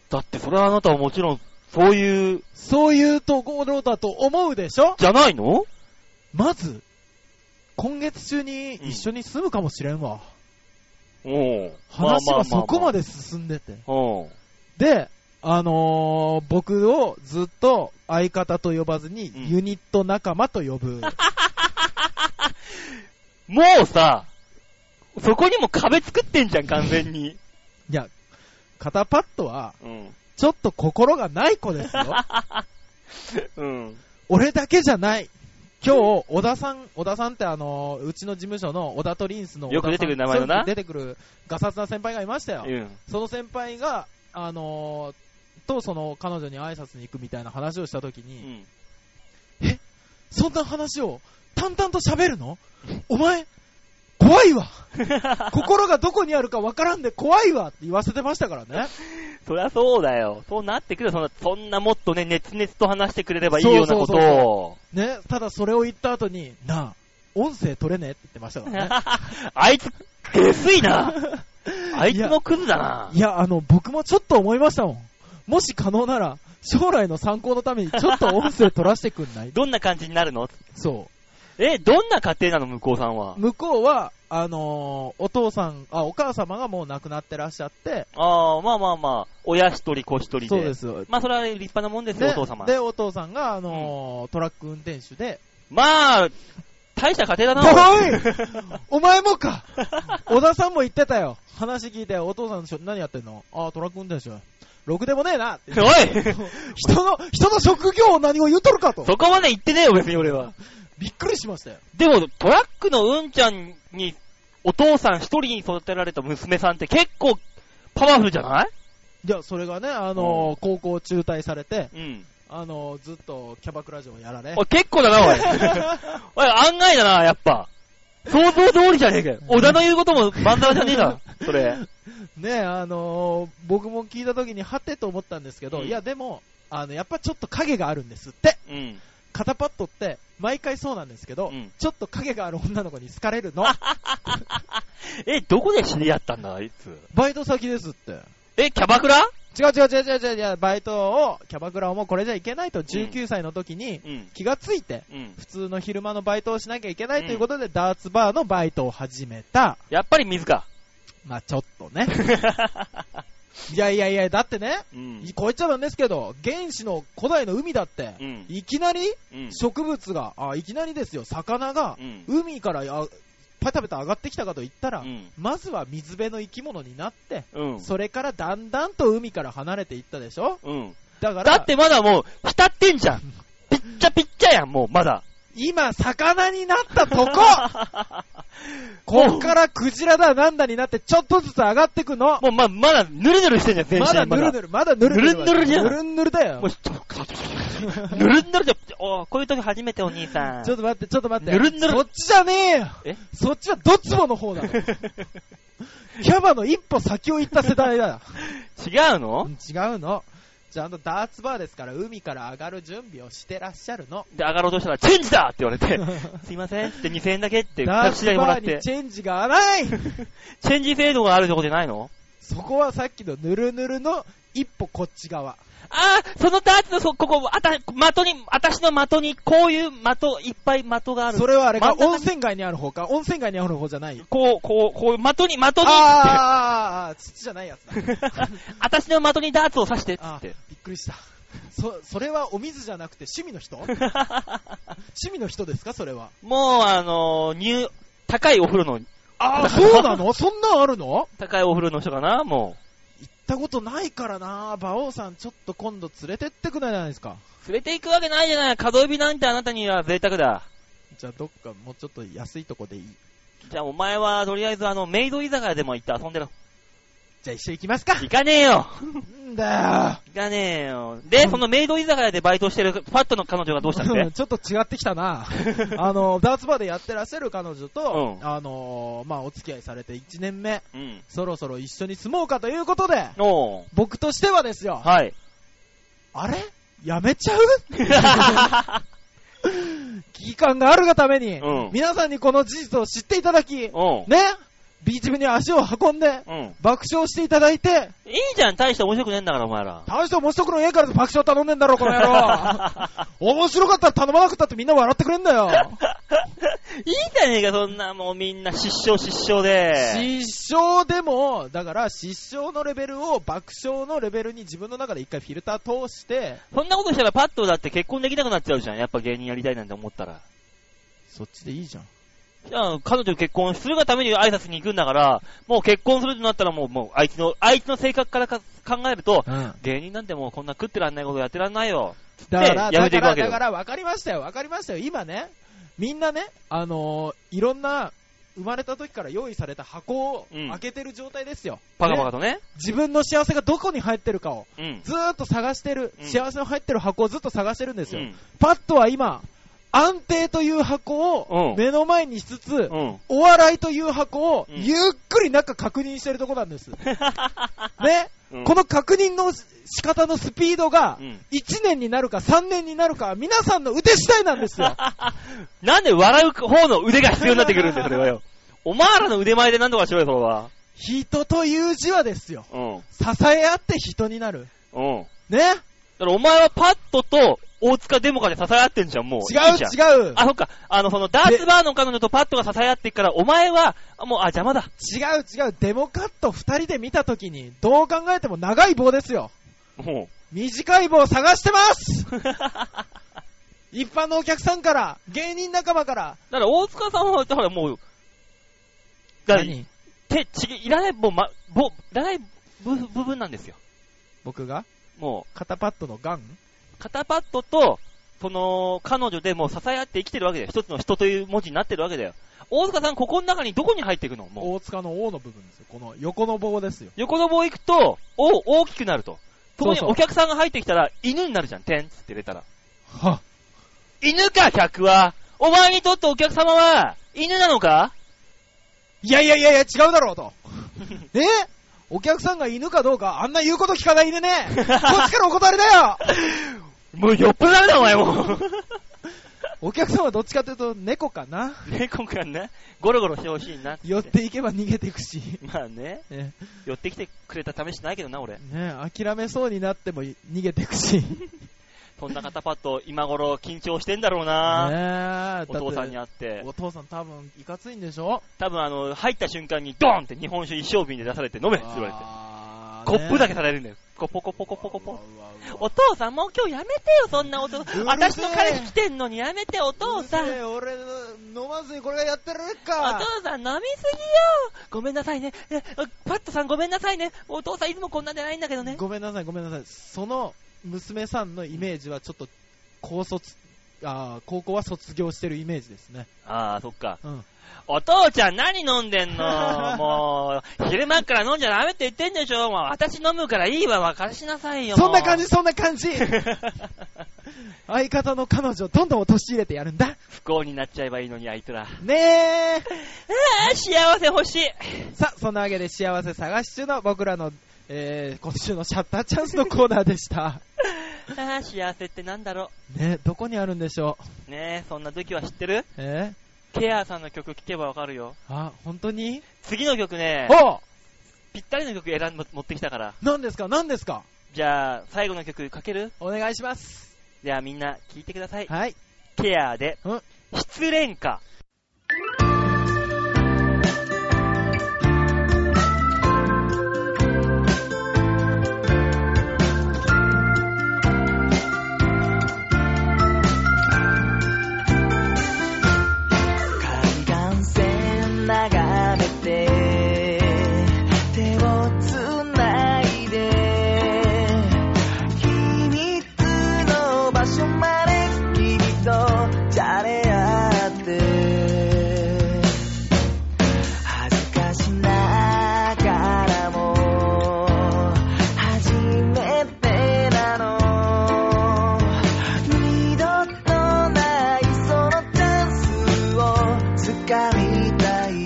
Speaker 1: だってそれはあなたはもちろん、そういう、
Speaker 2: そういうところだと思うでしょ
Speaker 1: じゃないの
Speaker 2: まず、今月中に一緒に住むかもしれんわ。
Speaker 1: おう。
Speaker 2: 話はそこま
Speaker 1: で。
Speaker 2: で進んでて。
Speaker 1: おう。
Speaker 2: で、あのー僕をずっと相方と呼ばずに、
Speaker 1: うん
Speaker 2: ユニット仲間と 呼ぶ。
Speaker 1: もうさ、そこにも壁作ってんじゃん、完全に。
Speaker 2: いや、肩パッドは、
Speaker 1: うん。
Speaker 2: ちょっと心がない子ですよ。
Speaker 1: うん。
Speaker 2: 俺だけじゃない。今日、小田さん、小田さんってあのーうちの事務所の小田トリンスの
Speaker 1: よく出てくる名前のな
Speaker 2: 小田さんそう出てくるガサツな先輩がいましたよ。
Speaker 1: うん。
Speaker 2: その先輩が、あのーとその彼女に挨拶に行くみたいな話をしたとき
Speaker 1: う
Speaker 2: に、
Speaker 1: ん。
Speaker 2: そんな話を淡々と喋るのお前、怖いわ心がどこにあるかわからんで怖いわって言わせてましたからね。
Speaker 1: そりゃそうだよ。そうなってくるよそんな、そんなもっとね、熱々と話してくれればいいようなことを。
Speaker 2: ね、ただそれを言った後に、なあ、音声取れねえって言ってましたから ね。
Speaker 1: あいつ、下水 な。あいつもクズだな。
Speaker 2: いや、あの、僕もちょっと思いましたもん。もし可能なら、将来の参考のためにちょっと音声取らせてくんな い
Speaker 1: どんな感じになるの
Speaker 2: そ
Speaker 1: え、どんな家庭なの、向こうさんは
Speaker 2: う。。向こうは、あのーお父さん、あ、お母様がもう亡くなってらっしゃって、
Speaker 1: ああ、まあまあまあ、親一人、子一人で。。
Speaker 2: そうですす。
Speaker 1: まあ、それは立派なもんです
Speaker 2: で
Speaker 1: よ、お父様。
Speaker 2: で、お父さんが、あのートラック運転手で、
Speaker 1: まあ、大した家庭だな。
Speaker 2: おいお前もか小田さんも言ってたよ。話聞いて、お父さんしょ、何やってんのあー、トラック運転手。ろくでもねえなって。
Speaker 1: おい
Speaker 2: 人の、人の職業を何を言うとるかと。
Speaker 1: そこまで言ってねえよ、別に俺は。
Speaker 2: びっくりしましたよ。
Speaker 1: でも、トラックのうんちゃんに、お父さん一人に育てられた娘さんって結構、パワフルじゃない
Speaker 2: いや、それがね、あのー高校中退されて、
Speaker 1: うん。
Speaker 2: あのーずっとキャバクラ嬢をやられ
Speaker 1: お。い、結構だ な、おい。おい、案外だな、やっぱ。想像通りじゃねえかよ。小田の言うこともまんざらじゃねえな、 それ。
Speaker 2: ね、あのー僕も聞いた時に、はてと思ったんですけど、
Speaker 1: うん
Speaker 2: いや、でも、あの、やっぱちょっと影があるんですって。
Speaker 1: うん。
Speaker 2: 肩パッドって、毎回そうなんですけど、
Speaker 1: うん
Speaker 2: ちょっと影がある女の子に好か れるの。
Speaker 1: え、どこで知り合ったんだ、あいつ。
Speaker 2: バイト先ですって。
Speaker 1: え、キャバクラ
Speaker 2: 違う違う違う違う違う違う、バイトを、キャバクラをもうこれじゃいけないと、19歳の時に
Speaker 1: うん。
Speaker 2: 気がついて、
Speaker 1: うん。
Speaker 2: 普通の昼間のバイトをしなきゃいけないということで、ダーツバーのバイトを始めた。
Speaker 1: やっぱり水か。
Speaker 2: まあちょっとね。 いやいやいや、だってね、
Speaker 1: うん。
Speaker 2: こう言っちゃなんですけど、原始の古代の海だって、
Speaker 1: うん。
Speaker 2: いきなり
Speaker 1: うん。
Speaker 2: 植物が、あ、いきなりですよ、魚が
Speaker 1: う、ん。
Speaker 2: 海からやパタパタ上がってきたかと言ったら、
Speaker 1: うん。
Speaker 2: まずは水辺の生き物になって、
Speaker 1: うん。
Speaker 2: それからだんだんと海から離れていったでしょ
Speaker 1: うん。
Speaker 2: だから、
Speaker 1: だってまだもう、浸ってんじゃ ん。ピッチャピッチャやん、もう、まだ。
Speaker 2: 今、魚になっ たとここっからクジラだなんだになって、ちょっとずつ上がってく の
Speaker 1: もうま、まだ、ぬるぬるしてんじゃん、全身。
Speaker 2: まだぬるぬる、まだぬる
Speaker 1: ぬるんぬるじゃん
Speaker 2: ぬるんぬるだよ
Speaker 1: もう。ちょっとぬるんぬるじゃん。おーこういう時初めてお兄さん。
Speaker 2: ちょっと待って、ちょっと待って。
Speaker 1: ぬるんぬる
Speaker 2: そっちじゃねえよ
Speaker 1: え
Speaker 2: そっちはどっちもの 方だ。キャバの一歩先を行った世 代だ。
Speaker 1: 違う
Speaker 2: う
Speaker 1: の
Speaker 2: ん違うの。ちゃんとダーツバーですから、海から上がる準備をしてらっしゃ るの。
Speaker 1: で、上がろうとしたら、チェンジだって言われて、すいませんって2000円だけって、
Speaker 2: ダー
Speaker 1: タクシー
Speaker 2: ツ
Speaker 1: 代もら
Speaker 2: バ
Speaker 1: っ
Speaker 2: ーに
Speaker 1: て。
Speaker 2: チェンジが ない
Speaker 1: チェンジ制度があるとこじゃないの
Speaker 2: そこはさっきのぬるぬるの一歩こっち側。
Speaker 1: あー、そのダーツの、そ、ここ、あた、的に、私の的に、こういう的、いっぱい的がある。
Speaker 2: それはあれ
Speaker 1: 真
Speaker 2: か、
Speaker 1: ん中に
Speaker 2: 温泉街にある方か、温泉街にある方じゃない。
Speaker 1: こう、こう、こう、的 に、的にって。
Speaker 2: あーあーあー、土じゃないやつだ。
Speaker 1: 私の的にダーツを刺してっつ
Speaker 2: あ
Speaker 1: っ
Speaker 2: ーび
Speaker 1: て
Speaker 2: っ。くりした。そ、それはお水じゃなくて趣味の人趣味の人ですか、それは。
Speaker 1: もう、あのー、入、高いお風呂の、
Speaker 2: あ
Speaker 1: ー
Speaker 2: あ、そうな のそんなんあるの
Speaker 1: 高いお風呂の人かな、も
Speaker 2: 行ったことないからな馬王さんちょっと今度連れてってくれないですか
Speaker 1: う。連れて行くわけないじゃない。角指なんてあなたには贅沢だ。
Speaker 2: じゃあどっかもうちょっと安いとこでいい
Speaker 1: じゃあお前は、とりあえずあの、メイド居酒屋でも行って遊んでろ。
Speaker 2: じゃあ一緒に行きますか
Speaker 1: 行かねえよ
Speaker 2: んだ
Speaker 1: 行かねえよ。で、そのメイド居酒屋でバイトしてるファットの彼女がどうしたって
Speaker 2: よちょっと違ってき たなあのダーツバーでやってらっしゃる彼女と、
Speaker 1: うん
Speaker 2: あのーまあお付き合いされて1年目
Speaker 1: うん。
Speaker 2: そろそろ一緒に住もうかということで
Speaker 1: おう
Speaker 2: 僕としてはですよ
Speaker 1: はい。
Speaker 2: あれやめちゃう 危機感があるがために、
Speaker 1: うん
Speaker 2: 皆さんにこの事実を知っていただきね
Speaker 1: おう
Speaker 2: ビーチ部に足を運んで
Speaker 1: うん。
Speaker 2: 爆笑していただいて
Speaker 1: いいじゃん、大して面白くねえんだから、お前ら。
Speaker 2: 大して面白くの家から爆笑頼んでんだろ、この 野郎。面白かったら頼まなくたってみんな笑ってくれんだよ。
Speaker 1: いいじゃねえか、そんなもうみんな失笑失笑で。
Speaker 2: 失笑でも、だから失笑のレベルを爆笑のレベルに自分の中で一回フィルター通して、
Speaker 1: そんなことしたらパッとだって結婚できなくなっちゃうじゃん。やっぱ芸人やりたいなんて思ったら。
Speaker 2: そっちでいいじゃん。
Speaker 1: じゃあ、彼女と結婚するがために挨拶に行くんだから、もう結婚するとなったらもう、もう、あいつの、あいつの性格からか考えると、
Speaker 2: うん。
Speaker 1: 芸人なんてもうこんな食ってらんないことやってらんないよ。
Speaker 2: だから、
Speaker 1: でやめ
Speaker 2: だ
Speaker 1: てい
Speaker 2: か
Speaker 1: くわ
Speaker 2: ら、
Speaker 1: けよ
Speaker 2: だから分かりましたよ、分かりましたよ。今ね、みんなね、あのーいろんな、生まれた時から用意された箱を
Speaker 1: うん
Speaker 2: 開けてる状態ですよ。
Speaker 1: パカパカ
Speaker 2: ね
Speaker 1: とね。
Speaker 2: 自分の幸せがどこに入ってるかを、
Speaker 1: うん。
Speaker 2: ずーっと探してる、
Speaker 1: うん
Speaker 2: 幸せの入ってる箱をずっと探してるんですよ。
Speaker 1: うん
Speaker 2: パッとは今、安定という箱
Speaker 1: うん
Speaker 2: を目の前にしつつ、
Speaker 1: うん。
Speaker 2: お笑いという箱を
Speaker 1: うん
Speaker 2: ゆっくり中確認してるとこなんです。ね、
Speaker 1: うん
Speaker 2: この確認の仕方のスピードが
Speaker 1: うん、
Speaker 2: 1年になるか3年になるか、皆さんの腕次第なんです よ。
Speaker 1: なんで笑う方の腕が必要になってく るんだよ、それはよ。お前らの腕前で何とかしろよ、それは。
Speaker 2: 人という字はですよ。
Speaker 1: うん。
Speaker 2: 支え合って人になる。
Speaker 1: うん。
Speaker 2: ね
Speaker 1: だからお前はパッとと大塚デモカで支え合ってんじゃん、もう。
Speaker 2: 違
Speaker 1: いいじゃん
Speaker 2: う違う。
Speaker 1: あ、そっか。あの、その、ダーツバーの彼女とパッドが支え合ってっから、お前は、あもう、あ、邪魔だ。
Speaker 2: 違う違う。デモカット2人で見たときに、どう考えても長い棒ですよ。
Speaker 1: も
Speaker 2: 短い棒を探してます
Speaker 1: う。だか
Speaker 2: 一般のお客さんから、芸人仲間から。
Speaker 1: ら、大塚さんは、だからもう、だから
Speaker 2: 何
Speaker 1: 手、ちぎ、いらない、もう、ま、ぼ、いらない部部分なんですよ。
Speaker 2: 僕が
Speaker 1: も
Speaker 2: 肩パッドのガン
Speaker 1: う、肩パッドと、その、彼女でもう支え合って生きてるわけだよ。一つの人という文字になってるわけだよ。大塚さん、ここの中にどこに入っていくのもう。
Speaker 2: 大塚の O の部分ですよ。この横の棒ですよ。
Speaker 1: 横の棒行くと、お、大きくなると。そこに
Speaker 2: そうそう
Speaker 1: お客さんが入ってきたら、犬になるじゃん、てんつって入れたら。
Speaker 2: は
Speaker 1: 犬か、客は。お前にとってお客様は、犬なのか
Speaker 2: いやいやいやいや、違うだろうと。えお客さんが犬かどうか、あんな言うこと聞かない犬ね。こっちからお断りだよ
Speaker 1: もうよっぽどダメだ、お前もう。
Speaker 2: お客さんはどっちかというと猫かな。
Speaker 1: 猫かな、ゴロゴロしてほしいなって。
Speaker 2: 寄っていけば逃げていくし。
Speaker 1: まあね、
Speaker 2: ね
Speaker 1: 寄ってきてくれた試しないけどな、俺。
Speaker 2: ね諦めそうになっても逃げていくし。
Speaker 1: そんな肩パッド、今頃緊張してんだろう
Speaker 2: ねえ
Speaker 1: な、
Speaker 2: だって
Speaker 1: お父さんに会って。
Speaker 2: お父さん多分いかついんでしょ
Speaker 1: 多分あの、入った瞬間にドーンって日本酒一升瓶で出されて飲めって言われて。
Speaker 2: あー
Speaker 1: コップだけ
Speaker 2: ね
Speaker 1: されるんだよ。コポコポコポコポ。
Speaker 2: うわうわうわ
Speaker 1: お父さん、もう今日やめてよ、そんな音。
Speaker 2: せえ
Speaker 1: 私の彼氏来てんのにやめて、お父さん。
Speaker 2: う
Speaker 1: お
Speaker 2: るせえ俺の飲まずにこれがやってられるか
Speaker 1: 父さん飲みすぎよごめんなさいね。えパットさんごめんなさいね。お父さんいつもこんなんじゃないんだけどね。
Speaker 2: ごめんなさい、ごめんなさい。その娘さんのイメージはちょっと高卒、あー高校は卒業してるイメージですね。
Speaker 1: ああ、そっか。
Speaker 2: うん。
Speaker 1: お父ちゃん何飲んでん のもう、昼間っから飲んじゃダメって言ってんでしょもう私飲むからいいわ、別しなさいよ。
Speaker 2: そんな感
Speaker 1: じ
Speaker 2: じ、そんな感 じ相方の彼女をどんどん陥れてやるんだ。
Speaker 1: 不幸になっちゃえばいいのに、あいつら。
Speaker 2: ねえ。
Speaker 1: ああ、幸せ欲しい。
Speaker 2: さあ、そんなわけで幸せ探し中の僕らの、えー、今週のシャッターチャンスのコーナーでした。
Speaker 1: ああ、幸せってなんだろ
Speaker 2: ねどこにあるんでしょう
Speaker 1: う。ねえ、そんな時は知ってる
Speaker 2: え
Speaker 1: ケアさんの曲聴けばわかるよ。
Speaker 2: ー、あ、本当に
Speaker 1: 次の曲ね、
Speaker 2: お
Speaker 1: ぴったりの曲選んで持ってきたから。
Speaker 2: 何ですか何ですか
Speaker 1: じゃあ、最後の曲かける
Speaker 2: お願いします。
Speaker 1: ではみんな聴いてください。
Speaker 2: はい。
Speaker 1: ケアで
Speaker 2: うん、
Speaker 1: 失恋歌。
Speaker 3: 海岸線眺めて手を繋いで秘密の場所まで君とじゃれ合って恥ずかしながらも初めてなの二度とないそのチャンスを掴みたい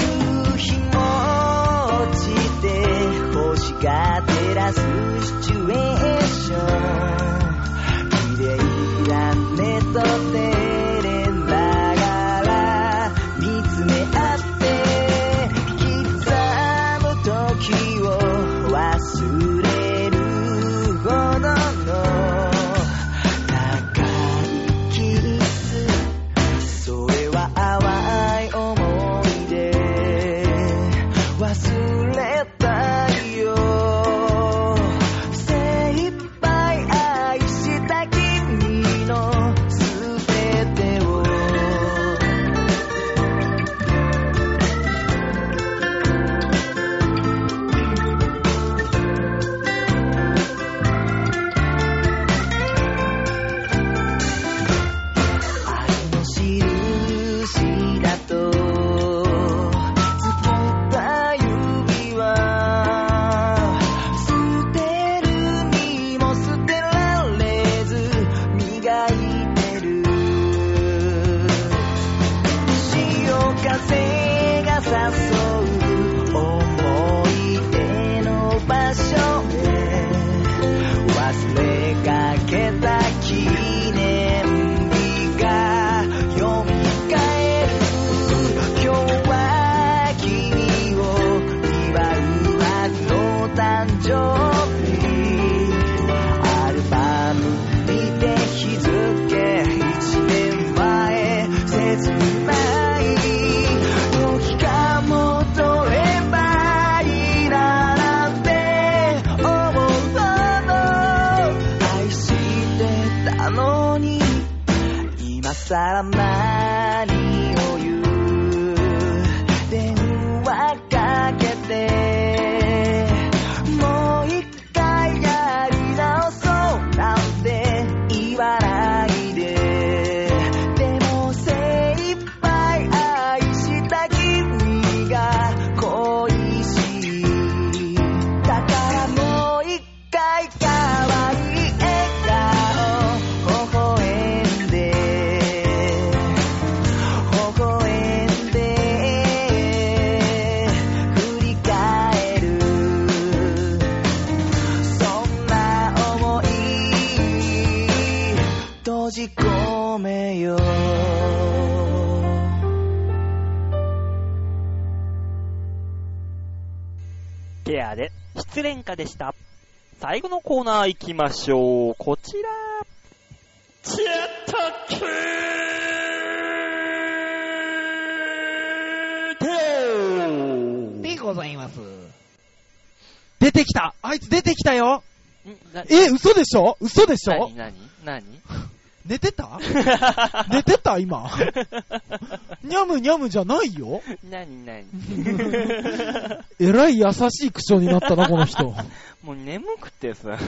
Speaker 3: 夕日も落ちて星が照らすシチュエーション綺麗だねと照れながら見つめ合って刻む時を忘れるほどの高いキス今さら何を言う電話かけてもう一回やり直そうなんて言わないででも精一杯愛した君が恋しいだからもう一回可愛い笑顔微笑んで微笑んで振り返るそんな想い閉じ込めよう
Speaker 1: ケアで失恋歌でした。最後のコーナー行きましょう。こちら。チェットキー
Speaker 2: でございます。出てきたあいつ出てきたよ
Speaker 1: え
Speaker 2: え、嘘でしょ嘘でしょ
Speaker 1: 何何何
Speaker 2: 寝 てた寝てた今。にゃむにゃむじゃないよ。
Speaker 1: 何何
Speaker 2: えらい優しい口調になったな、この 人。
Speaker 1: もう眠くて さ。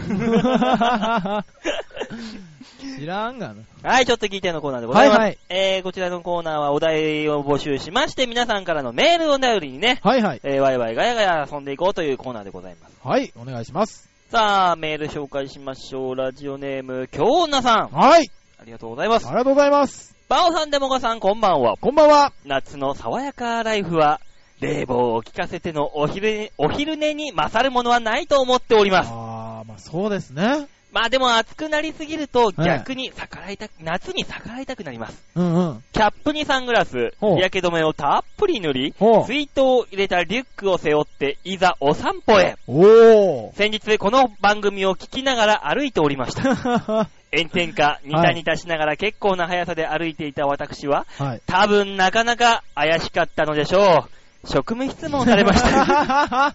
Speaker 2: 知らんがな。
Speaker 1: はい、ちょっと聞いてのコーナーでございます。
Speaker 2: はいはい
Speaker 1: えー、こちらのコーナーはお題を募集しまして、皆さんからのメールを頼りにね、
Speaker 2: はいはい。
Speaker 1: えー、ワイワイガヤガヤ遊んでいこうというコーナーでございます。
Speaker 2: はい、お願いします。
Speaker 1: さあ、メール紹介しましょう。ラジオネーム、京女さん。
Speaker 2: はい、
Speaker 1: ありがとうございま
Speaker 2: あり
Speaker 1: す。
Speaker 2: がとうございます。
Speaker 1: バオさん、デモカさん、こんばんは。
Speaker 2: こんばんは。
Speaker 1: 夏の爽やかライフは、冷房を効かせてのお昼、お昼寝に勝るものはないと思っております。
Speaker 2: あー、まあそうですね。
Speaker 1: まあでも暑くなりすぎると逆に逆らいたく、夏に逆らいたくなります。
Speaker 2: うんうん。
Speaker 1: キャップにサングラス、
Speaker 2: ほう
Speaker 1: 日焼け止めをたっぷり塗り、
Speaker 2: ほう
Speaker 1: 水筒を入れたリュックを背負って、いざお散歩へ。
Speaker 2: お
Speaker 1: 先日この番組を聞きながら歩いておりました。
Speaker 2: ー。
Speaker 1: 炎天下、 ニタニタしながら結構な速さで歩いていた私は、
Speaker 2: はい。
Speaker 1: 多分なかなか怪しかったのでしょう。職務質問されました。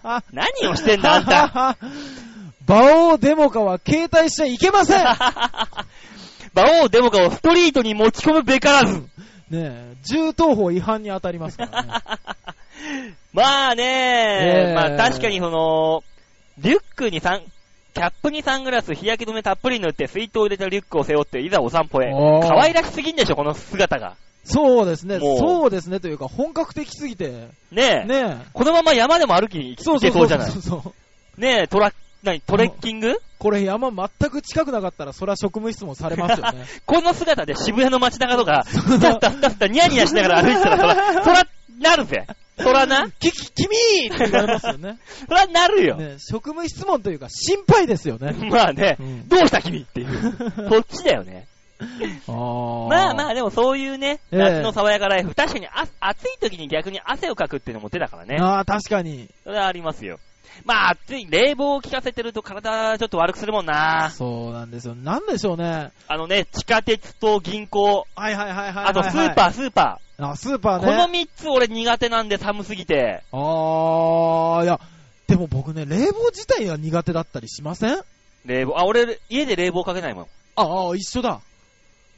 Speaker 2: た。
Speaker 1: 何をしてんだ、あん た。
Speaker 2: バオデモカは携帯しちゃいけま せん
Speaker 1: 馬王デモカをストリートに持ち込むべからず。
Speaker 2: ねえ、銃刀法違反に当たりますか らね。
Speaker 1: まあね、
Speaker 2: ええ
Speaker 1: まあ確かにその、リュックにサン、キャップにサングラス、日焼け止めたっぷり塗って、水筒を入れたリュックを背負って、いざお散歩へ
Speaker 2: お。ー
Speaker 1: 可愛らしすぎんでしょ、この姿が。
Speaker 2: そうですね、
Speaker 1: もう
Speaker 2: そうですねというか、本格的すぎて、
Speaker 1: ねえ。
Speaker 2: ね
Speaker 1: このまま山でも歩きに行
Speaker 2: え、
Speaker 1: き行けそうじゃない
Speaker 2: そ。うそうそう
Speaker 1: ねえ、トラ、何、トレッキング
Speaker 2: これ山全く近くなかったら、そりゃ職務質問されま すよね。
Speaker 1: この姿で渋谷の街中とか、スタスタスタスタニヤニヤしながら歩いてたら、そ ら、そら、なるぜ。そらな、
Speaker 2: き、き、君って言われますよ ね。
Speaker 1: そらなるよ。
Speaker 2: ねえ職務質問というか、心配ですよね。
Speaker 1: まあね、
Speaker 2: うん
Speaker 1: どうした君っていう。そっちだよね。まあま
Speaker 2: あ
Speaker 1: あ、でもそういうね、
Speaker 2: ええ
Speaker 1: 夏の爽やかライフ、確かにあ暑い時に逆に汗をかくっていうのも手だから
Speaker 2: ー。
Speaker 1: ね。
Speaker 2: ああ、確かに。
Speaker 1: それはありますよ。まあ暑い、冷房を効かせてると体ちょっと悪くするもんな。
Speaker 2: そうなんですよ。なんでしょうね。
Speaker 1: あのね、地下鉄と銀行、
Speaker 2: はいはいはいはいはい。
Speaker 1: あとスーパー、スーパ
Speaker 2: ー。あ、スーパ
Speaker 1: ー。
Speaker 2: ー
Speaker 1: この
Speaker 2: ね。
Speaker 1: 3つ俺苦手なんで寒すぎて。
Speaker 2: ああ、いや、でも僕ね、冷房自体は苦手だったりしませんあ
Speaker 1: 冷房、あ、俺、家で冷房かけないもん。
Speaker 2: あ、一緒だ。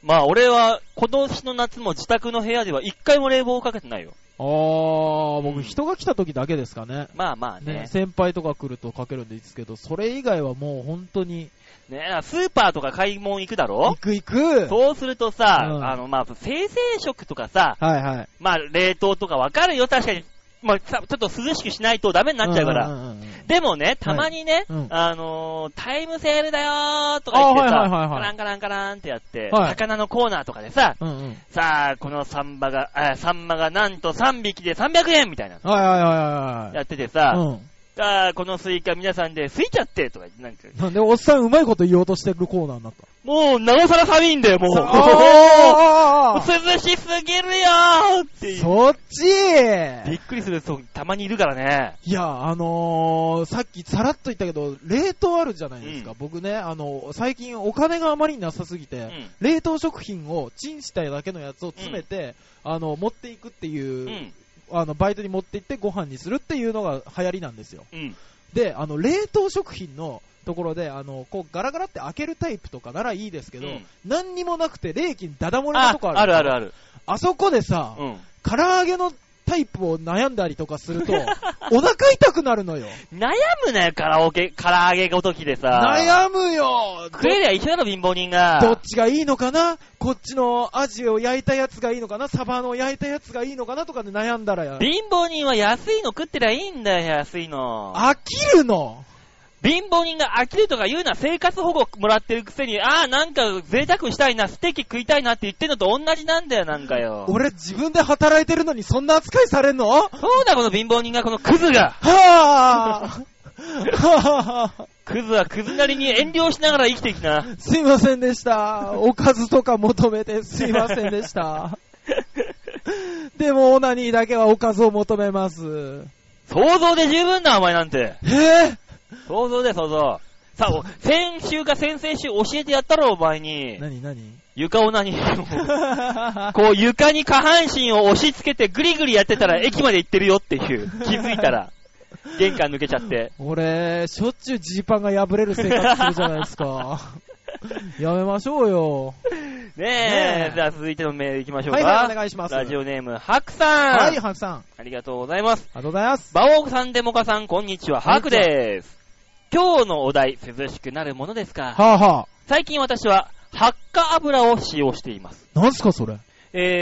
Speaker 1: まあ俺は、今年の夏も自宅の部屋では一回も冷房をかけてないよ。
Speaker 2: ああ、
Speaker 1: うん
Speaker 2: 僕人が来た時だけですかね。
Speaker 1: まあまあね
Speaker 2: ね、。先輩とか来るとかけるんですけど、それ以外はもう本当に、
Speaker 1: ねスーパーとか買い物行くだろ
Speaker 2: 行く行く。
Speaker 1: そうするとさ、
Speaker 2: うん
Speaker 1: あの、まあ、生成食とかさ、
Speaker 2: はいはい。
Speaker 1: まあ、冷凍とかわかるよ、確かに。まあ、さちょっと涼しくしないとダメになっちゃうから。
Speaker 2: んんんうん
Speaker 1: でもね、たまにね、
Speaker 2: うん
Speaker 1: あのータイムセールだよーとか言ってさ、
Speaker 2: あはいはいはいはい
Speaker 1: カランカランカランってやって、
Speaker 2: はい
Speaker 1: 魚のコーナーとかでさ、
Speaker 2: うんうん。
Speaker 1: さあ、このサンマが、あサンマがなんと3匹で300円みたいな。
Speaker 2: はいはいはいはいは
Speaker 1: やってて
Speaker 2: い。
Speaker 1: さ、
Speaker 2: うん。
Speaker 1: あーこのスイカ皆さんで、スイちゃってとか言って、なんか、
Speaker 2: なんで、おっさんうまいこと言おうとしてるコーナーになった。
Speaker 1: もう、なおさら寒いんだよ、も
Speaker 2: そう
Speaker 1: う。
Speaker 2: あー
Speaker 1: 涼しすぎるよーっていう。
Speaker 2: そっち
Speaker 1: びっくりする人、たまにいるからね。
Speaker 2: いや、あのー、さっきさらっと言ったけど、冷凍あるじゃないですか。
Speaker 1: う
Speaker 2: 僕ね、あの、最近お金があまりになさすぎて、
Speaker 1: うん。
Speaker 2: 冷凍食品をチンしたいだけのやつを詰めて、あの、持っていくっていうう、
Speaker 1: ん。
Speaker 2: あの、バイトに持って行ってご飯にするっていうのが流行りなんですよ。
Speaker 1: うん。
Speaker 2: で、あの、冷凍食品のところで、あの、こう、ガラガラって開けるタイプとかならいいですけど、
Speaker 1: うん
Speaker 2: 何にもなくて冷気にダダ漏れの
Speaker 1: あ
Speaker 2: とこある。
Speaker 1: あるあるある。
Speaker 2: あそこでさ、
Speaker 1: うん。
Speaker 2: 唐揚げのタイプを悩んだりとかすると、 お腹痛くなるのよ。
Speaker 1: 悩むなよ、カラオケ、唐揚げごときでさ。
Speaker 2: 悩むよ
Speaker 1: 食えりゃ一緒なの、貧乏人が。
Speaker 2: どっちがいいのかなこっちのアジを焼いたやつがいいのかなサバの焼いたやつがいいのかなとかで悩んだらや、
Speaker 1: 貧乏人は安いの食ってりゃいいんだよ、安いの。
Speaker 2: 飽きるの
Speaker 1: 貧乏人が飽きるとか言うな、生活保護もらってるくせに、ああ、なんか贅沢したいな、ステーキ食いたいなって言ってんのと同じなんだよ、なんかよ。
Speaker 2: 俺自分で働いてるのにそんな扱いされんのは
Speaker 1: そうだ、この貧乏人が、このクズが。
Speaker 2: ぁはぁ
Speaker 1: クズはクズなりに遠慮しながら生きてきな。
Speaker 2: すいませんでした。おかずとか求めてすいません でした。でもオナニーだけはおかずを求めます。
Speaker 1: 想像で十分だ、お前なんて。
Speaker 2: えぇ
Speaker 1: 想像で想像。さあ、お先週か先々週教えてやったろ、お前に。
Speaker 2: なになに
Speaker 1: 床を何こう床に下半身を押し付けてグリグリやってたら駅まで行ってるよっていう。気づいた ら。玄関抜けちゃって。
Speaker 2: 俺、しょっちゅうジーパンが破れる生活するじゃないですか。 やめましょうよ。
Speaker 1: ね
Speaker 2: ね
Speaker 1: え。
Speaker 2: え
Speaker 1: じゃあ続いてのメール行きましょう
Speaker 2: は
Speaker 1: か。
Speaker 2: い、はい、お願いします。
Speaker 1: ラジオネーム、ハクさん。
Speaker 2: はい、ハクさん。あ
Speaker 1: ありがとうございます。
Speaker 2: りがとうございます。
Speaker 1: バオさん、デモカさん、こんにちは。ハクです。今日のお題、涼しくなるものですか。
Speaker 2: はぁ、は
Speaker 1: 最近私は、発火油を使用しています。
Speaker 2: ぁ。なんすか、それ。へ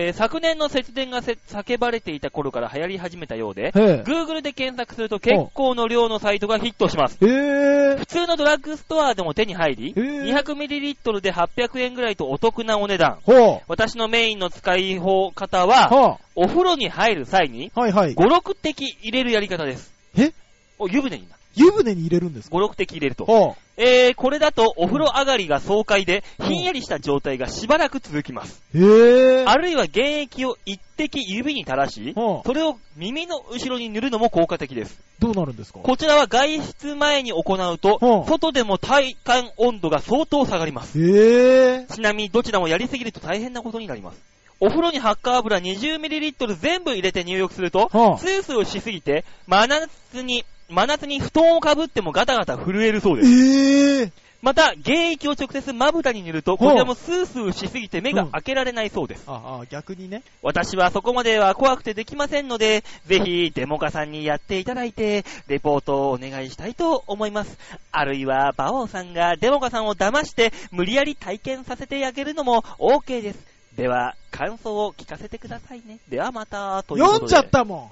Speaker 1: えー、昨年の節電がせ叫ばれていた頃から流行り始めたようで、
Speaker 2: ぇ。
Speaker 1: Google で検索すると結構の量のサイトがヒットします。
Speaker 2: えぇ
Speaker 1: 普通のドラッグストアでも手に入り、
Speaker 2: えー
Speaker 1: 200ml で800円ぐらいとお得なお値段。
Speaker 2: ほ
Speaker 1: 私のメインの使い方
Speaker 2: う。
Speaker 1: は、
Speaker 2: は
Speaker 1: お風呂に入る際に、
Speaker 2: ぁ。はいは
Speaker 1: 5、
Speaker 2: い。
Speaker 1: 6滴入れるやり方です。
Speaker 2: え
Speaker 1: お湯船にな。
Speaker 2: 湯船に入れるんですか
Speaker 1: 5、6滴入れると。
Speaker 2: ほ
Speaker 1: えー、これだとお風呂上がりが爽快で、ひんやりした状態がしばらく続きます。
Speaker 2: う。へぇ
Speaker 1: あるいは原液を1滴指に垂らし、
Speaker 2: ほう。
Speaker 1: それを耳の後ろに塗るのも効果的です。
Speaker 2: どうなるんですか
Speaker 1: こちらは外出前に行うと
Speaker 2: ほ、う
Speaker 1: 外でも体感温度が相当下がります。
Speaker 2: へぇ
Speaker 1: ちなみにどちらもやりすぎると大変なことになります。お風呂にハッカー油 20ml 全部入れて入浴すると、
Speaker 2: はあ
Speaker 1: スースーしすぎて、真夏に、真夏に布団をかぶってもガタガタ震えるそうです。
Speaker 2: えぇ
Speaker 1: また、原液を直接まぶたに塗ると、
Speaker 2: ほう
Speaker 1: こちらもスースーしすぎて目が開けられないそうです。
Speaker 2: あ、あ、逆にね。
Speaker 1: 私はそこまでは怖くてできませんので、ぜひ、デモカさんにやっていただいて、レポートをお願いしたいと思います。あるいは、バオさんがデモカさんを騙して、無理やり体験させてあげるのも OK です。では、感想を聞かせてくださいね。ではまた、ということで。
Speaker 2: 読んじゃったも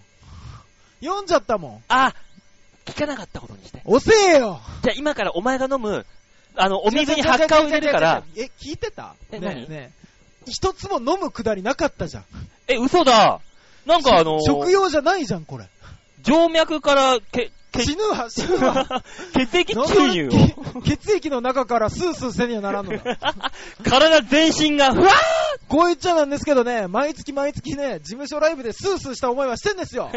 Speaker 2: ん。読んじゃったもん。
Speaker 1: あ、聞かなかったことにして。
Speaker 2: 遅えよ
Speaker 1: じゃあ今からお前が飲む、あの、お水に発火を入れるから、。
Speaker 2: 違う違う違う違う違うえ、聞いてた
Speaker 1: え
Speaker 2: ね
Speaker 1: 何
Speaker 2: えねえ。一つも飲むくだりなかったじゃん。
Speaker 1: え、嘘だなんかあの、
Speaker 2: 食用じゃないじゃん、これ。
Speaker 1: 静脈から、 け、血、
Speaker 2: 死ぬ わ、死ぬわ。
Speaker 1: 血液
Speaker 2: なん
Speaker 1: 注入を。
Speaker 2: で 血血液の中からスースーせにはならん のだ。
Speaker 1: 体全身が、ふわ
Speaker 2: こう言っちゃなんですけどね、毎月毎月ね、事務所ライブでスースーした思いはしてんで すよ。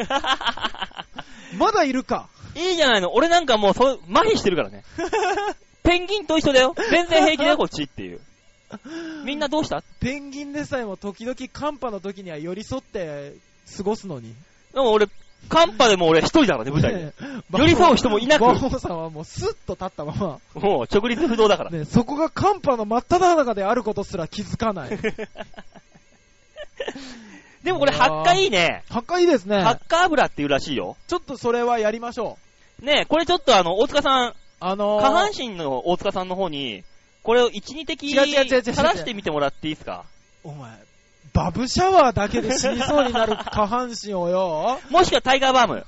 Speaker 2: まだいるか。
Speaker 1: ーいいじゃないの。俺なんかもう、そう、麻痺してるからね。ペンギンと一緒だよ。全然平気だよ、こっちっていう。 みんなどうした
Speaker 2: ペンギンでさえも時々寒波の時には寄り添って過ごすのに。
Speaker 1: でも俺、寒波でも俺一人だからね、舞台で。
Speaker 2: ね
Speaker 1: 寄り添う人もいなく
Speaker 2: 馬王さんはもうスッと立ったまま。
Speaker 1: もう直立不動だから。
Speaker 2: ね、そこが寒波の真っ只中であることすら気づか ない。
Speaker 1: でもこれ発火いいね。
Speaker 2: 破壊ですね。
Speaker 1: 発火油っていうらしいよ。
Speaker 2: ちょっとそれはやりましょう。
Speaker 1: ねえ、これちょっとあの、大塚さん、
Speaker 2: あの
Speaker 1: 下
Speaker 2: ー、
Speaker 1: 半身の大塚さんの方に、これを1、2滴
Speaker 2: 違う違う違う違う
Speaker 1: 垂らしてみてもらっていいですか
Speaker 2: お前、バブシャワーだけで死にそうにな る下半身をよ。
Speaker 1: もしくはタイガーバーム。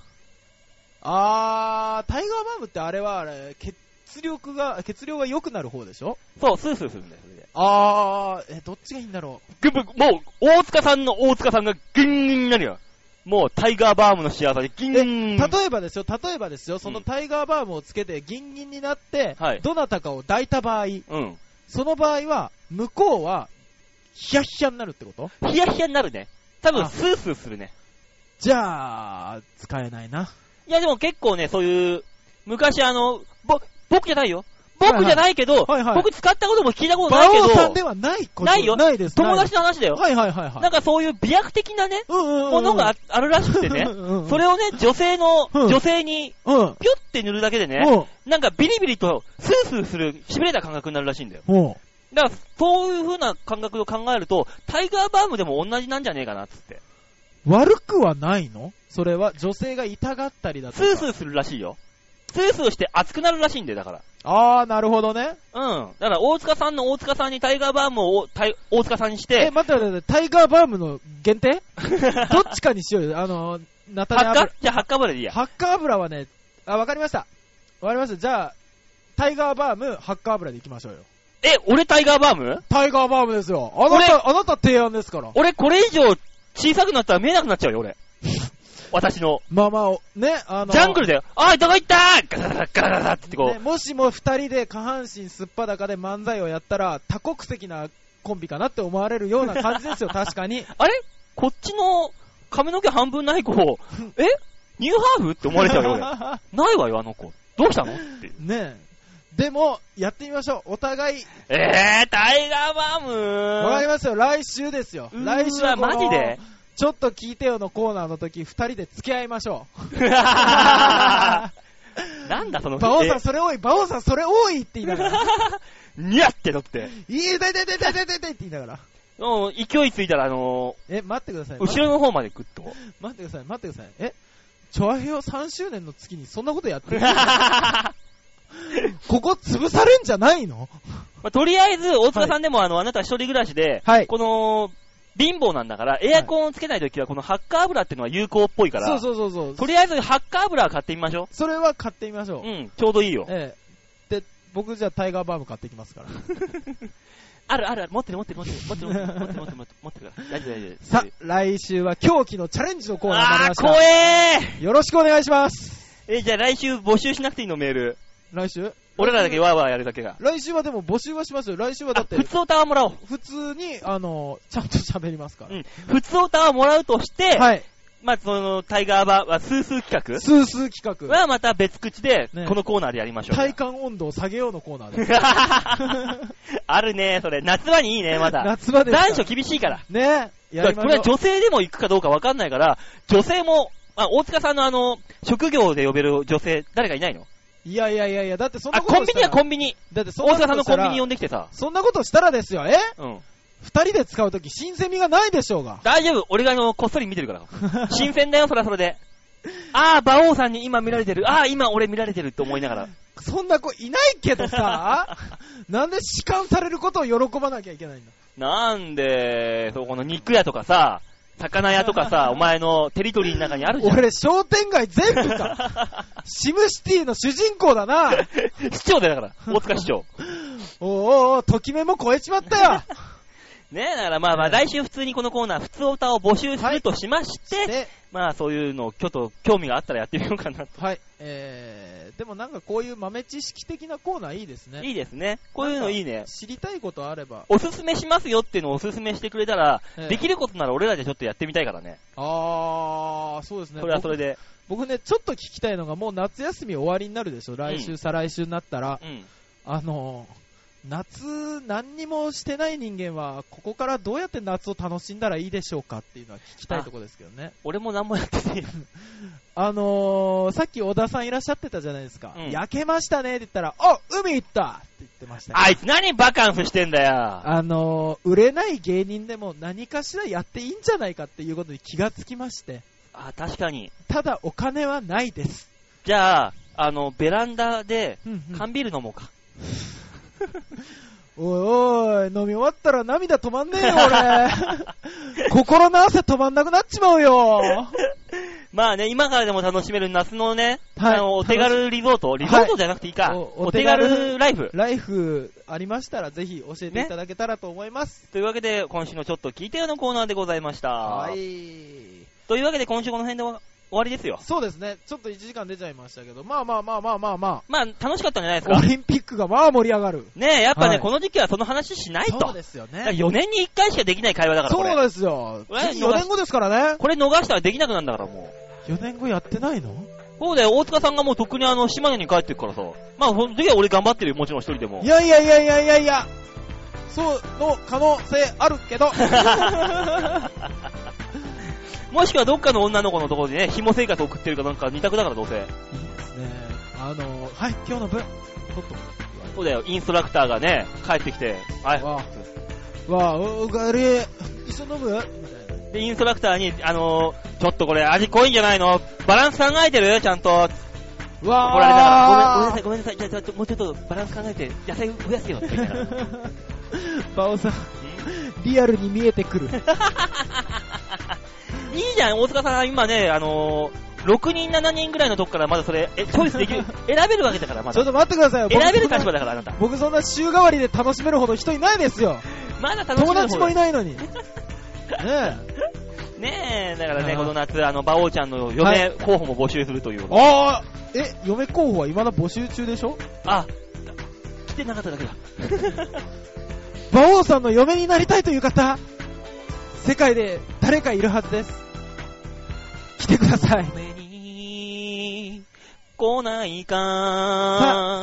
Speaker 2: あー、タイガーバームってあれはあれ、血力が、血量が良くなる方でしょ
Speaker 1: そう、スースーするんだよ、それで。
Speaker 2: あー、え、どっちがいいんだろ
Speaker 1: ぐぶもう、大塚さんの大塚さんがギンギンになるよ。もう、タイガーバームの幸せでギンギン。
Speaker 2: う。例えばですよ、例えばですよ、そのタイガーバームをつけてギンギンになって、
Speaker 1: はい
Speaker 2: どなたかを抱いた場合、
Speaker 1: うん。
Speaker 2: その場合は、向こうは、ヒヤヒヤになるってこと
Speaker 1: ヒヤヒヤになるね。多分、
Speaker 2: あ
Speaker 1: スースーするね。
Speaker 2: じゃあ、使えないな。
Speaker 1: いや、でも結構ね、そういう、昔あの、ぼ、僕じゃないよ。僕じゃないけど、
Speaker 2: はいはい
Speaker 1: 僕使ったことも聞いたことな
Speaker 2: 馬
Speaker 1: いけ
Speaker 2: 王さん
Speaker 1: ど
Speaker 2: で、はないこと
Speaker 1: ないよ
Speaker 2: ないです。
Speaker 1: 友達
Speaker 2: な
Speaker 1: の話だよ。
Speaker 2: いですはいはいはいはい。
Speaker 1: なんかそういう美薬的なね、
Speaker 2: うんうんうんうん
Speaker 1: ものがああるらしくてね
Speaker 2: うんうんう、ん
Speaker 1: それをね、女性の、
Speaker 2: うん
Speaker 1: 女性に、
Speaker 2: うん。うん。
Speaker 1: ピュって塗るだけでね、なんかビリビリとスースーする、痺れた感覚になるらしいんだよ。
Speaker 2: うん。
Speaker 1: だから、そういう風な感覚を考えると、タイガーバームでも同じなんじゃねえかなっつって。
Speaker 2: 悪くはないのそれは女性が痛がったりだと
Speaker 1: ス
Speaker 2: か。
Speaker 1: ースーするらしいよ。スースーして熱くなるらしいんだよ、だから。
Speaker 2: あー、なるほどね。
Speaker 1: うん。だから、大塚さんの大塚さんにタイガーバームをタイ大塚さんにし
Speaker 2: え、
Speaker 1: て、
Speaker 2: 待って待って、タイガーバームの 限定どっちかにしようよ。あの、ナタ
Speaker 1: ハ
Speaker 2: ネ
Speaker 1: ッカ
Speaker 2: 油。
Speaker 1: じゃあ、ハッカバレでいいや。
Speaker 2: ハッカ油はね、あ、わかりました。わかりました。じゃあ、タイガーバーム、ハッカ油でいきましょうよ。
Speaker 1: え、俺タイガーバーム
Speaker 2: タイガーバームですよ。あなた、あなた提案ですから。
Speaker 1: 俺、これ以上小さくなったら見えなくなっちゃうよ、俺。私の。
Speaker 2: まあまあ、おね、あの、
Speaker 1: ジャングルだよ。あー、どこ行ったーガラガラガラガラってこ
Speaker 2: ねもしも二人で下半身すっぱだかで漫才をやったら、多国籍なコンビかなって思われるような感じですよ、確かに
Speaker 1: う。。あれこっちの髪の毛半分ない子、えニューハーフって 思われちゃうよ、 俺。ないわよ、あの子。どうしたのって。
Speaker 2: ねえ。でも、やってみましょう。お互い、
Speaker 1: えー、タイガーバーム
Speaker 2: わかり
Speaker 1: ー
Speaker 2: ますよ。来週ですよ。
Speaker 1: うーわ
Speaker 2: 来週この
Speaker 1: マジで
Speaker 2: ちょっと聞いてよのコーナーの時、二人で付き合いましょ う。
Speaker 1: なんだその
Speaker 2: バオさん
Speaker 1: え
Speaker 2: それ多い、バオさんそれ多いって言いながら。
Speaker 1: ニャってとって。
Speaker 2: いい、痛い痛い痛い痛い痛い痛いって言いながら。
Speaker 1: もう勢いついたら、あの
Speaker 2: え、待ってください。
Speaker 1: ー、後ろの方までグッと。
Speaker 2: 待ってください、待ってください。え、チョアヘヨ3周年の月にそんなことやってる
Speaker 1: ま
Speaker 2: ここ潰されんじゃないの
Speaker 1: あとりあえず、大塚さんでも、あの、あなた一人暮らしで、
Speaker 2: はい。
Speaker 1: この、貧乏なんだから、エアコンをつけないときは、このハッカー油っていうのは有効っぽいから、
Speaker 2: そうそうそうそう。
Speaker 1: とりあえずハッカー油は買ってみましょ
Speaker 2: それは買ってみましょ
Speaker 1: う。。
Speaker 2: う
Speaker 1: うん、ちょうどいいよ。
Speaker 2: ええ。で、僕じゃあタイガーバーム買ってきますから。
Speaker 1: あるあるある、持ってる持ってる持ってる持ってる持ってる持ってる持ってる持ってるから。大丈夫大丈夫。
Speaker 2: さあ、来週は狂気のチャレンジのコーナーになり
Speaker 1: あ
Speaker 2: ま
Speaker 1: ー、
Speaker 2: し
Speaker 1: 怖
Speaker 2: た。
Speaker 1: えー
Speaker 2: よろしくお願いします。
Speaker 1: え、じゃあ来週募集しなくていいのメール。
Speaker 2: 来週
Speaker 1: 俺らだけわーわーやるだけが。
Speaker 2: 来週はでも募集はしますよ。来週はだ
Speaker 1: あ、
Speaker 2: って
Speaker 1: 普、通歌はもらおう。
Speaker 2: 普通に、あの、ちゃんと喋りますか
Speaker 1: うん。普通歌はもらうとして、
Speaker 2: ら。はい。
Speaker 1: まあ、その、タイガーバー、あスースー企
Speaker 2: スースー企
Speaker 1: 画
Speaker 2: 画。
Speaker 1: はまた別口で、
Speaker 2: ね
Speaker 1: このコーナーでやりましょう。
Speaker 2: 体感温度を下げようのコーナーです。
Speaker 1: あるね、それ。夏場にいいね、まだ。
Speaker 2: 夏場ですから。
Speaker 1: 男女厳しいから。
Speaker 2: ねやりま
Speaker 1: これ
Speaker 2: し
Speaker 1: は
Speaker 2: ょう。
Speaker 1: 女性でも行くかどうかわかんないから、女性も、あ、大塚さんのあの、職業で呼べる女性、誰かいないの
Speaker 2: いやいやいやいや、だってそんな
Speaker 1: あ、
Speaker 2: こと
Speaker 1: コン
Speaker 2: し
Speaker 1: ビ
Speaker 2: た
Speaker 1: ニ
Speaker 2: ら
Speaker 1: はコンビニ。
Speaker 2: だってそん
Speaker 1: 大
Speaker 2: な
Speaker 1: 塚さん
Speaker 2: こと
Speaker 1: の
Speaker 2: した
Speaker 1: コンビニ
Speaker 2: ら
Speaker 1: 呼んできてさ。
Speaker 2: そんなことしたらですよ。え
Speaker 1: うん。
Speaker 2: 二人で使うとき、新鮮味がないでしょうが。
Speaker 1: 大丈夫、俺があの、こっそり見てるから。新鮮だよ、そらそれで。ああ、馬王さんに今見られてる。ああ、今俺見られてるって思いながら。
Speaker 2: そんな子いないけどさ、なんで弛緩されることを喜ばなきゃいけないんだ。
Speaker 1: なんで、そうこの肉屋とかさ、魚屋とかさ、お前のテリトリーの中にあるじゃん。
Speaker 2: 俺、商店街全部か。シムシティの主人公だな。
Speaker 1: 市長だよだから、大塚市長。
Speaker 2: おうおうおう、ときめも超えちまっ たよ。
Speaker 1: ねえ、だからまあまあ、来週普通にこのコーナー、普通歌を募集するとしまして、
Speaker 2: で、
Speaker 1: まあそういうのをちょっと興味があったらやってみようかなと。
Speaker 2: はい、えー、でもなんかこういう豆知識的なコーナーいいですね。
Speaker 1: いいですね。こういうのいいね。
Speaker 2: 知りたいことあれば。
Speaker 1: おすすめしますよっていうのをおすすめしてくれたら、
Speaker 2: ええ
Speaker 1: できることなら俺らでちょっとやってみたいからね。
Speaker 2: あー、そうですね。
Speaker 1: それはそれで。
Speaker 2: 僕。僕ね、ちょっと聞きたいのが、もう夏休み終わりになるでしょ。来週、
Speaker 1: うん
Speaker 2: 再来週になったら。
Speaker 1: うん。
Speaker 2: あの夏、何にもしてない人間は、ここからどうやって夏を楽しんだらいいでしょうかっていうのは聞きたいところですけどね。
Speaker 1: 俺も何もやってねえよ。
Speaker 2: あのー、さっき小田さんいらっしゃってたじゃないですか。
Speaker 1: うん
Speaker 2: 焼けましたねって言ったら、あ海行ったって言ってました よ、
Speaker 1: あいつ何バカンスしてんだよ。
Speaker 2: あのー、売れない芸人でも何かしらやっていいんじゃないかっていうことに気がつきまして、
Speaker 1: あ、確かに。
Speaker 2: ただお金はないです。
Speaker 1: じゃあ、あの、ベランダで、
Speaker 2: うんうん
Speaker 1: 缶ビール飲もうか。
Speaker 2: おいおい、飲み終わったら涙止まんねえよ、俺。 心の汗止まんなくなっちまうよ。
Speaker 1: まあね、今からでも楽しめる夏のね、
Speaker 2: はい
Speaker 1: あの、お手軽リゾート、リゾートじゃなくていいか、
Speaker 2: はい
Speaker 1: お
Speaker 2: お
Speaker 1: お手軽
Speaker 2: お手軽
Speaker 1: ライフ。
Speaker 2: ライフありましたらぜひ教えて
Speaker 1: ね
Speaker 2: いただけたらと思います。
Speaker 1: というわけで、今週のちょっと聞いてよのコーナーでございました。
Speaker 2: はい。
Speaker 1: というわけで、今週この辺で終わりですよ。
Speaker 2: そうですね。ちょっと1時間出ちゃいましたけど、まあまあまあまあまあま
Speaker 1: まあ、楽しかったんじゃないです
Speaker 2: あ、オ
Speaker 1: か。
Speaker 2: リンピックがまあ盛り上がる。
Speaker 1: ねえ、やっぱね、
Speaker 2: はい
Speaker 1: この時期はその話しないと。
Speaker 2: そうですよね。
Speaker 1: 4年に1回しかできない会話だから、
Speaker 2: そ
Speaker 1: こ
Speaker 2: う
Speaker 1: れ。
Speaker 2: ですよ。
Speaker 1: え
Speaker 2: 次4年後ですからね。
Speaker 1: これ逃したらできなくなるんだから、も
Speaker 2: 4年後やってないの
Speaker 1: う。そうだよ、大塚さんがもうとっくにあの、島根に帰ってるからさ。まあ、その時は俺頑張ってるよ、もちろん一人でも
Speaker 2: い。やいやいやいやいやいや、そうの可能性ある けど、
Speaker 1: もしくはどっかの女の子のところでね、紐生活送ってるかなんか二択だからどうせ。
Speaker 2: いいですね。あの、はい、今日の分、撮っと
Speaker 1: そうだよ、インストラクターがね、帰ってきて、はい。
Speaker 2: わあ、わあ、おおかえり、一緒に飲むみたいな。
Speaker 1: で、インストラクターに、あのー、ちょっとこれ味濃いんじゃないのバランス考えてるちゃんと。
Speaker 2: うわ
Speaker 1: 怒られながら、
Speaker 2: あ、
Speaker 1: ごめんごめんなさい、ごめんなさい、じゃあ、じゃあもうちょっとバランス考えて、野菜増やすよって言ったら。
Speaker 2: バオさん、リアルに見えてくる。
Speaker 1: いいじゃん、大塚さん、今ね、あのー、6人、7人ぐらいのとこからまだそれ、え、チョイスでき る、選べるわけだから、ま
Speaker 2: ちょっ
Speaker 1: だ。
Speaker 2: と待ってくださいよ。
Speaker 1: 選べる
Speaker 2: 僕
Speaker 1: 立
Speaker 2: そん
Speaker 1: 場
Speaker 2: な
Speaker 1: だから、あなた。
Speaker 2: 僕そんな週替わりで楽しめるほど人いないですよ。
Speaker 1: まだ楽し
Speaker 2: 友
Speaker 1: み
Speaker 2: 達もい
Speaker 1: ない。
Speaker 2: ない のに。ねえ。
Speaker 1: ねえ、だからね、
Speaker 2: あー
Speaker 1: この夏、あの、馬王ちゃんの
Speaker 2: は
Speaker 1: 嫁
Speaker 2: い
Speaker 1: 候補も募集するという。
Speaker 2: ああえ、嫁候補は未だ募集中でしょ
Speaker 1: あ、来てなかっただけだ。
Speaker 2: 馬王さんの嫁になりたいという方、世界で誰かいるはずです。来てください。
Speaker 1: 嫁に来ないか
Speaker 2: さ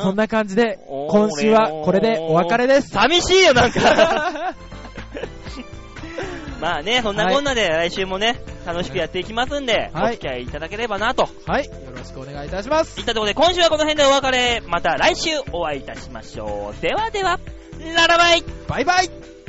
Speaker 2: あ、そんな感じで、
Speaker 1: おー
Speaker 2: 今週はこれでお別れです。
Speaker 1: 寂しいよ、なんか。 まあね、そんな
Speaker 2: はい
Speaker 1: こんなで来週もね、楽しくやっていきますんで、お
Speaker 2: はい
Speaker 1: 付き合いいただければなと。
Speaker 2: はい、よろしくお願いいたします
Speaker 1: いっ。たところで今週はこの辺でお別れ。また来週お会いいたしましょう。ではでは、ララバイ
Speaker 2: バイバイ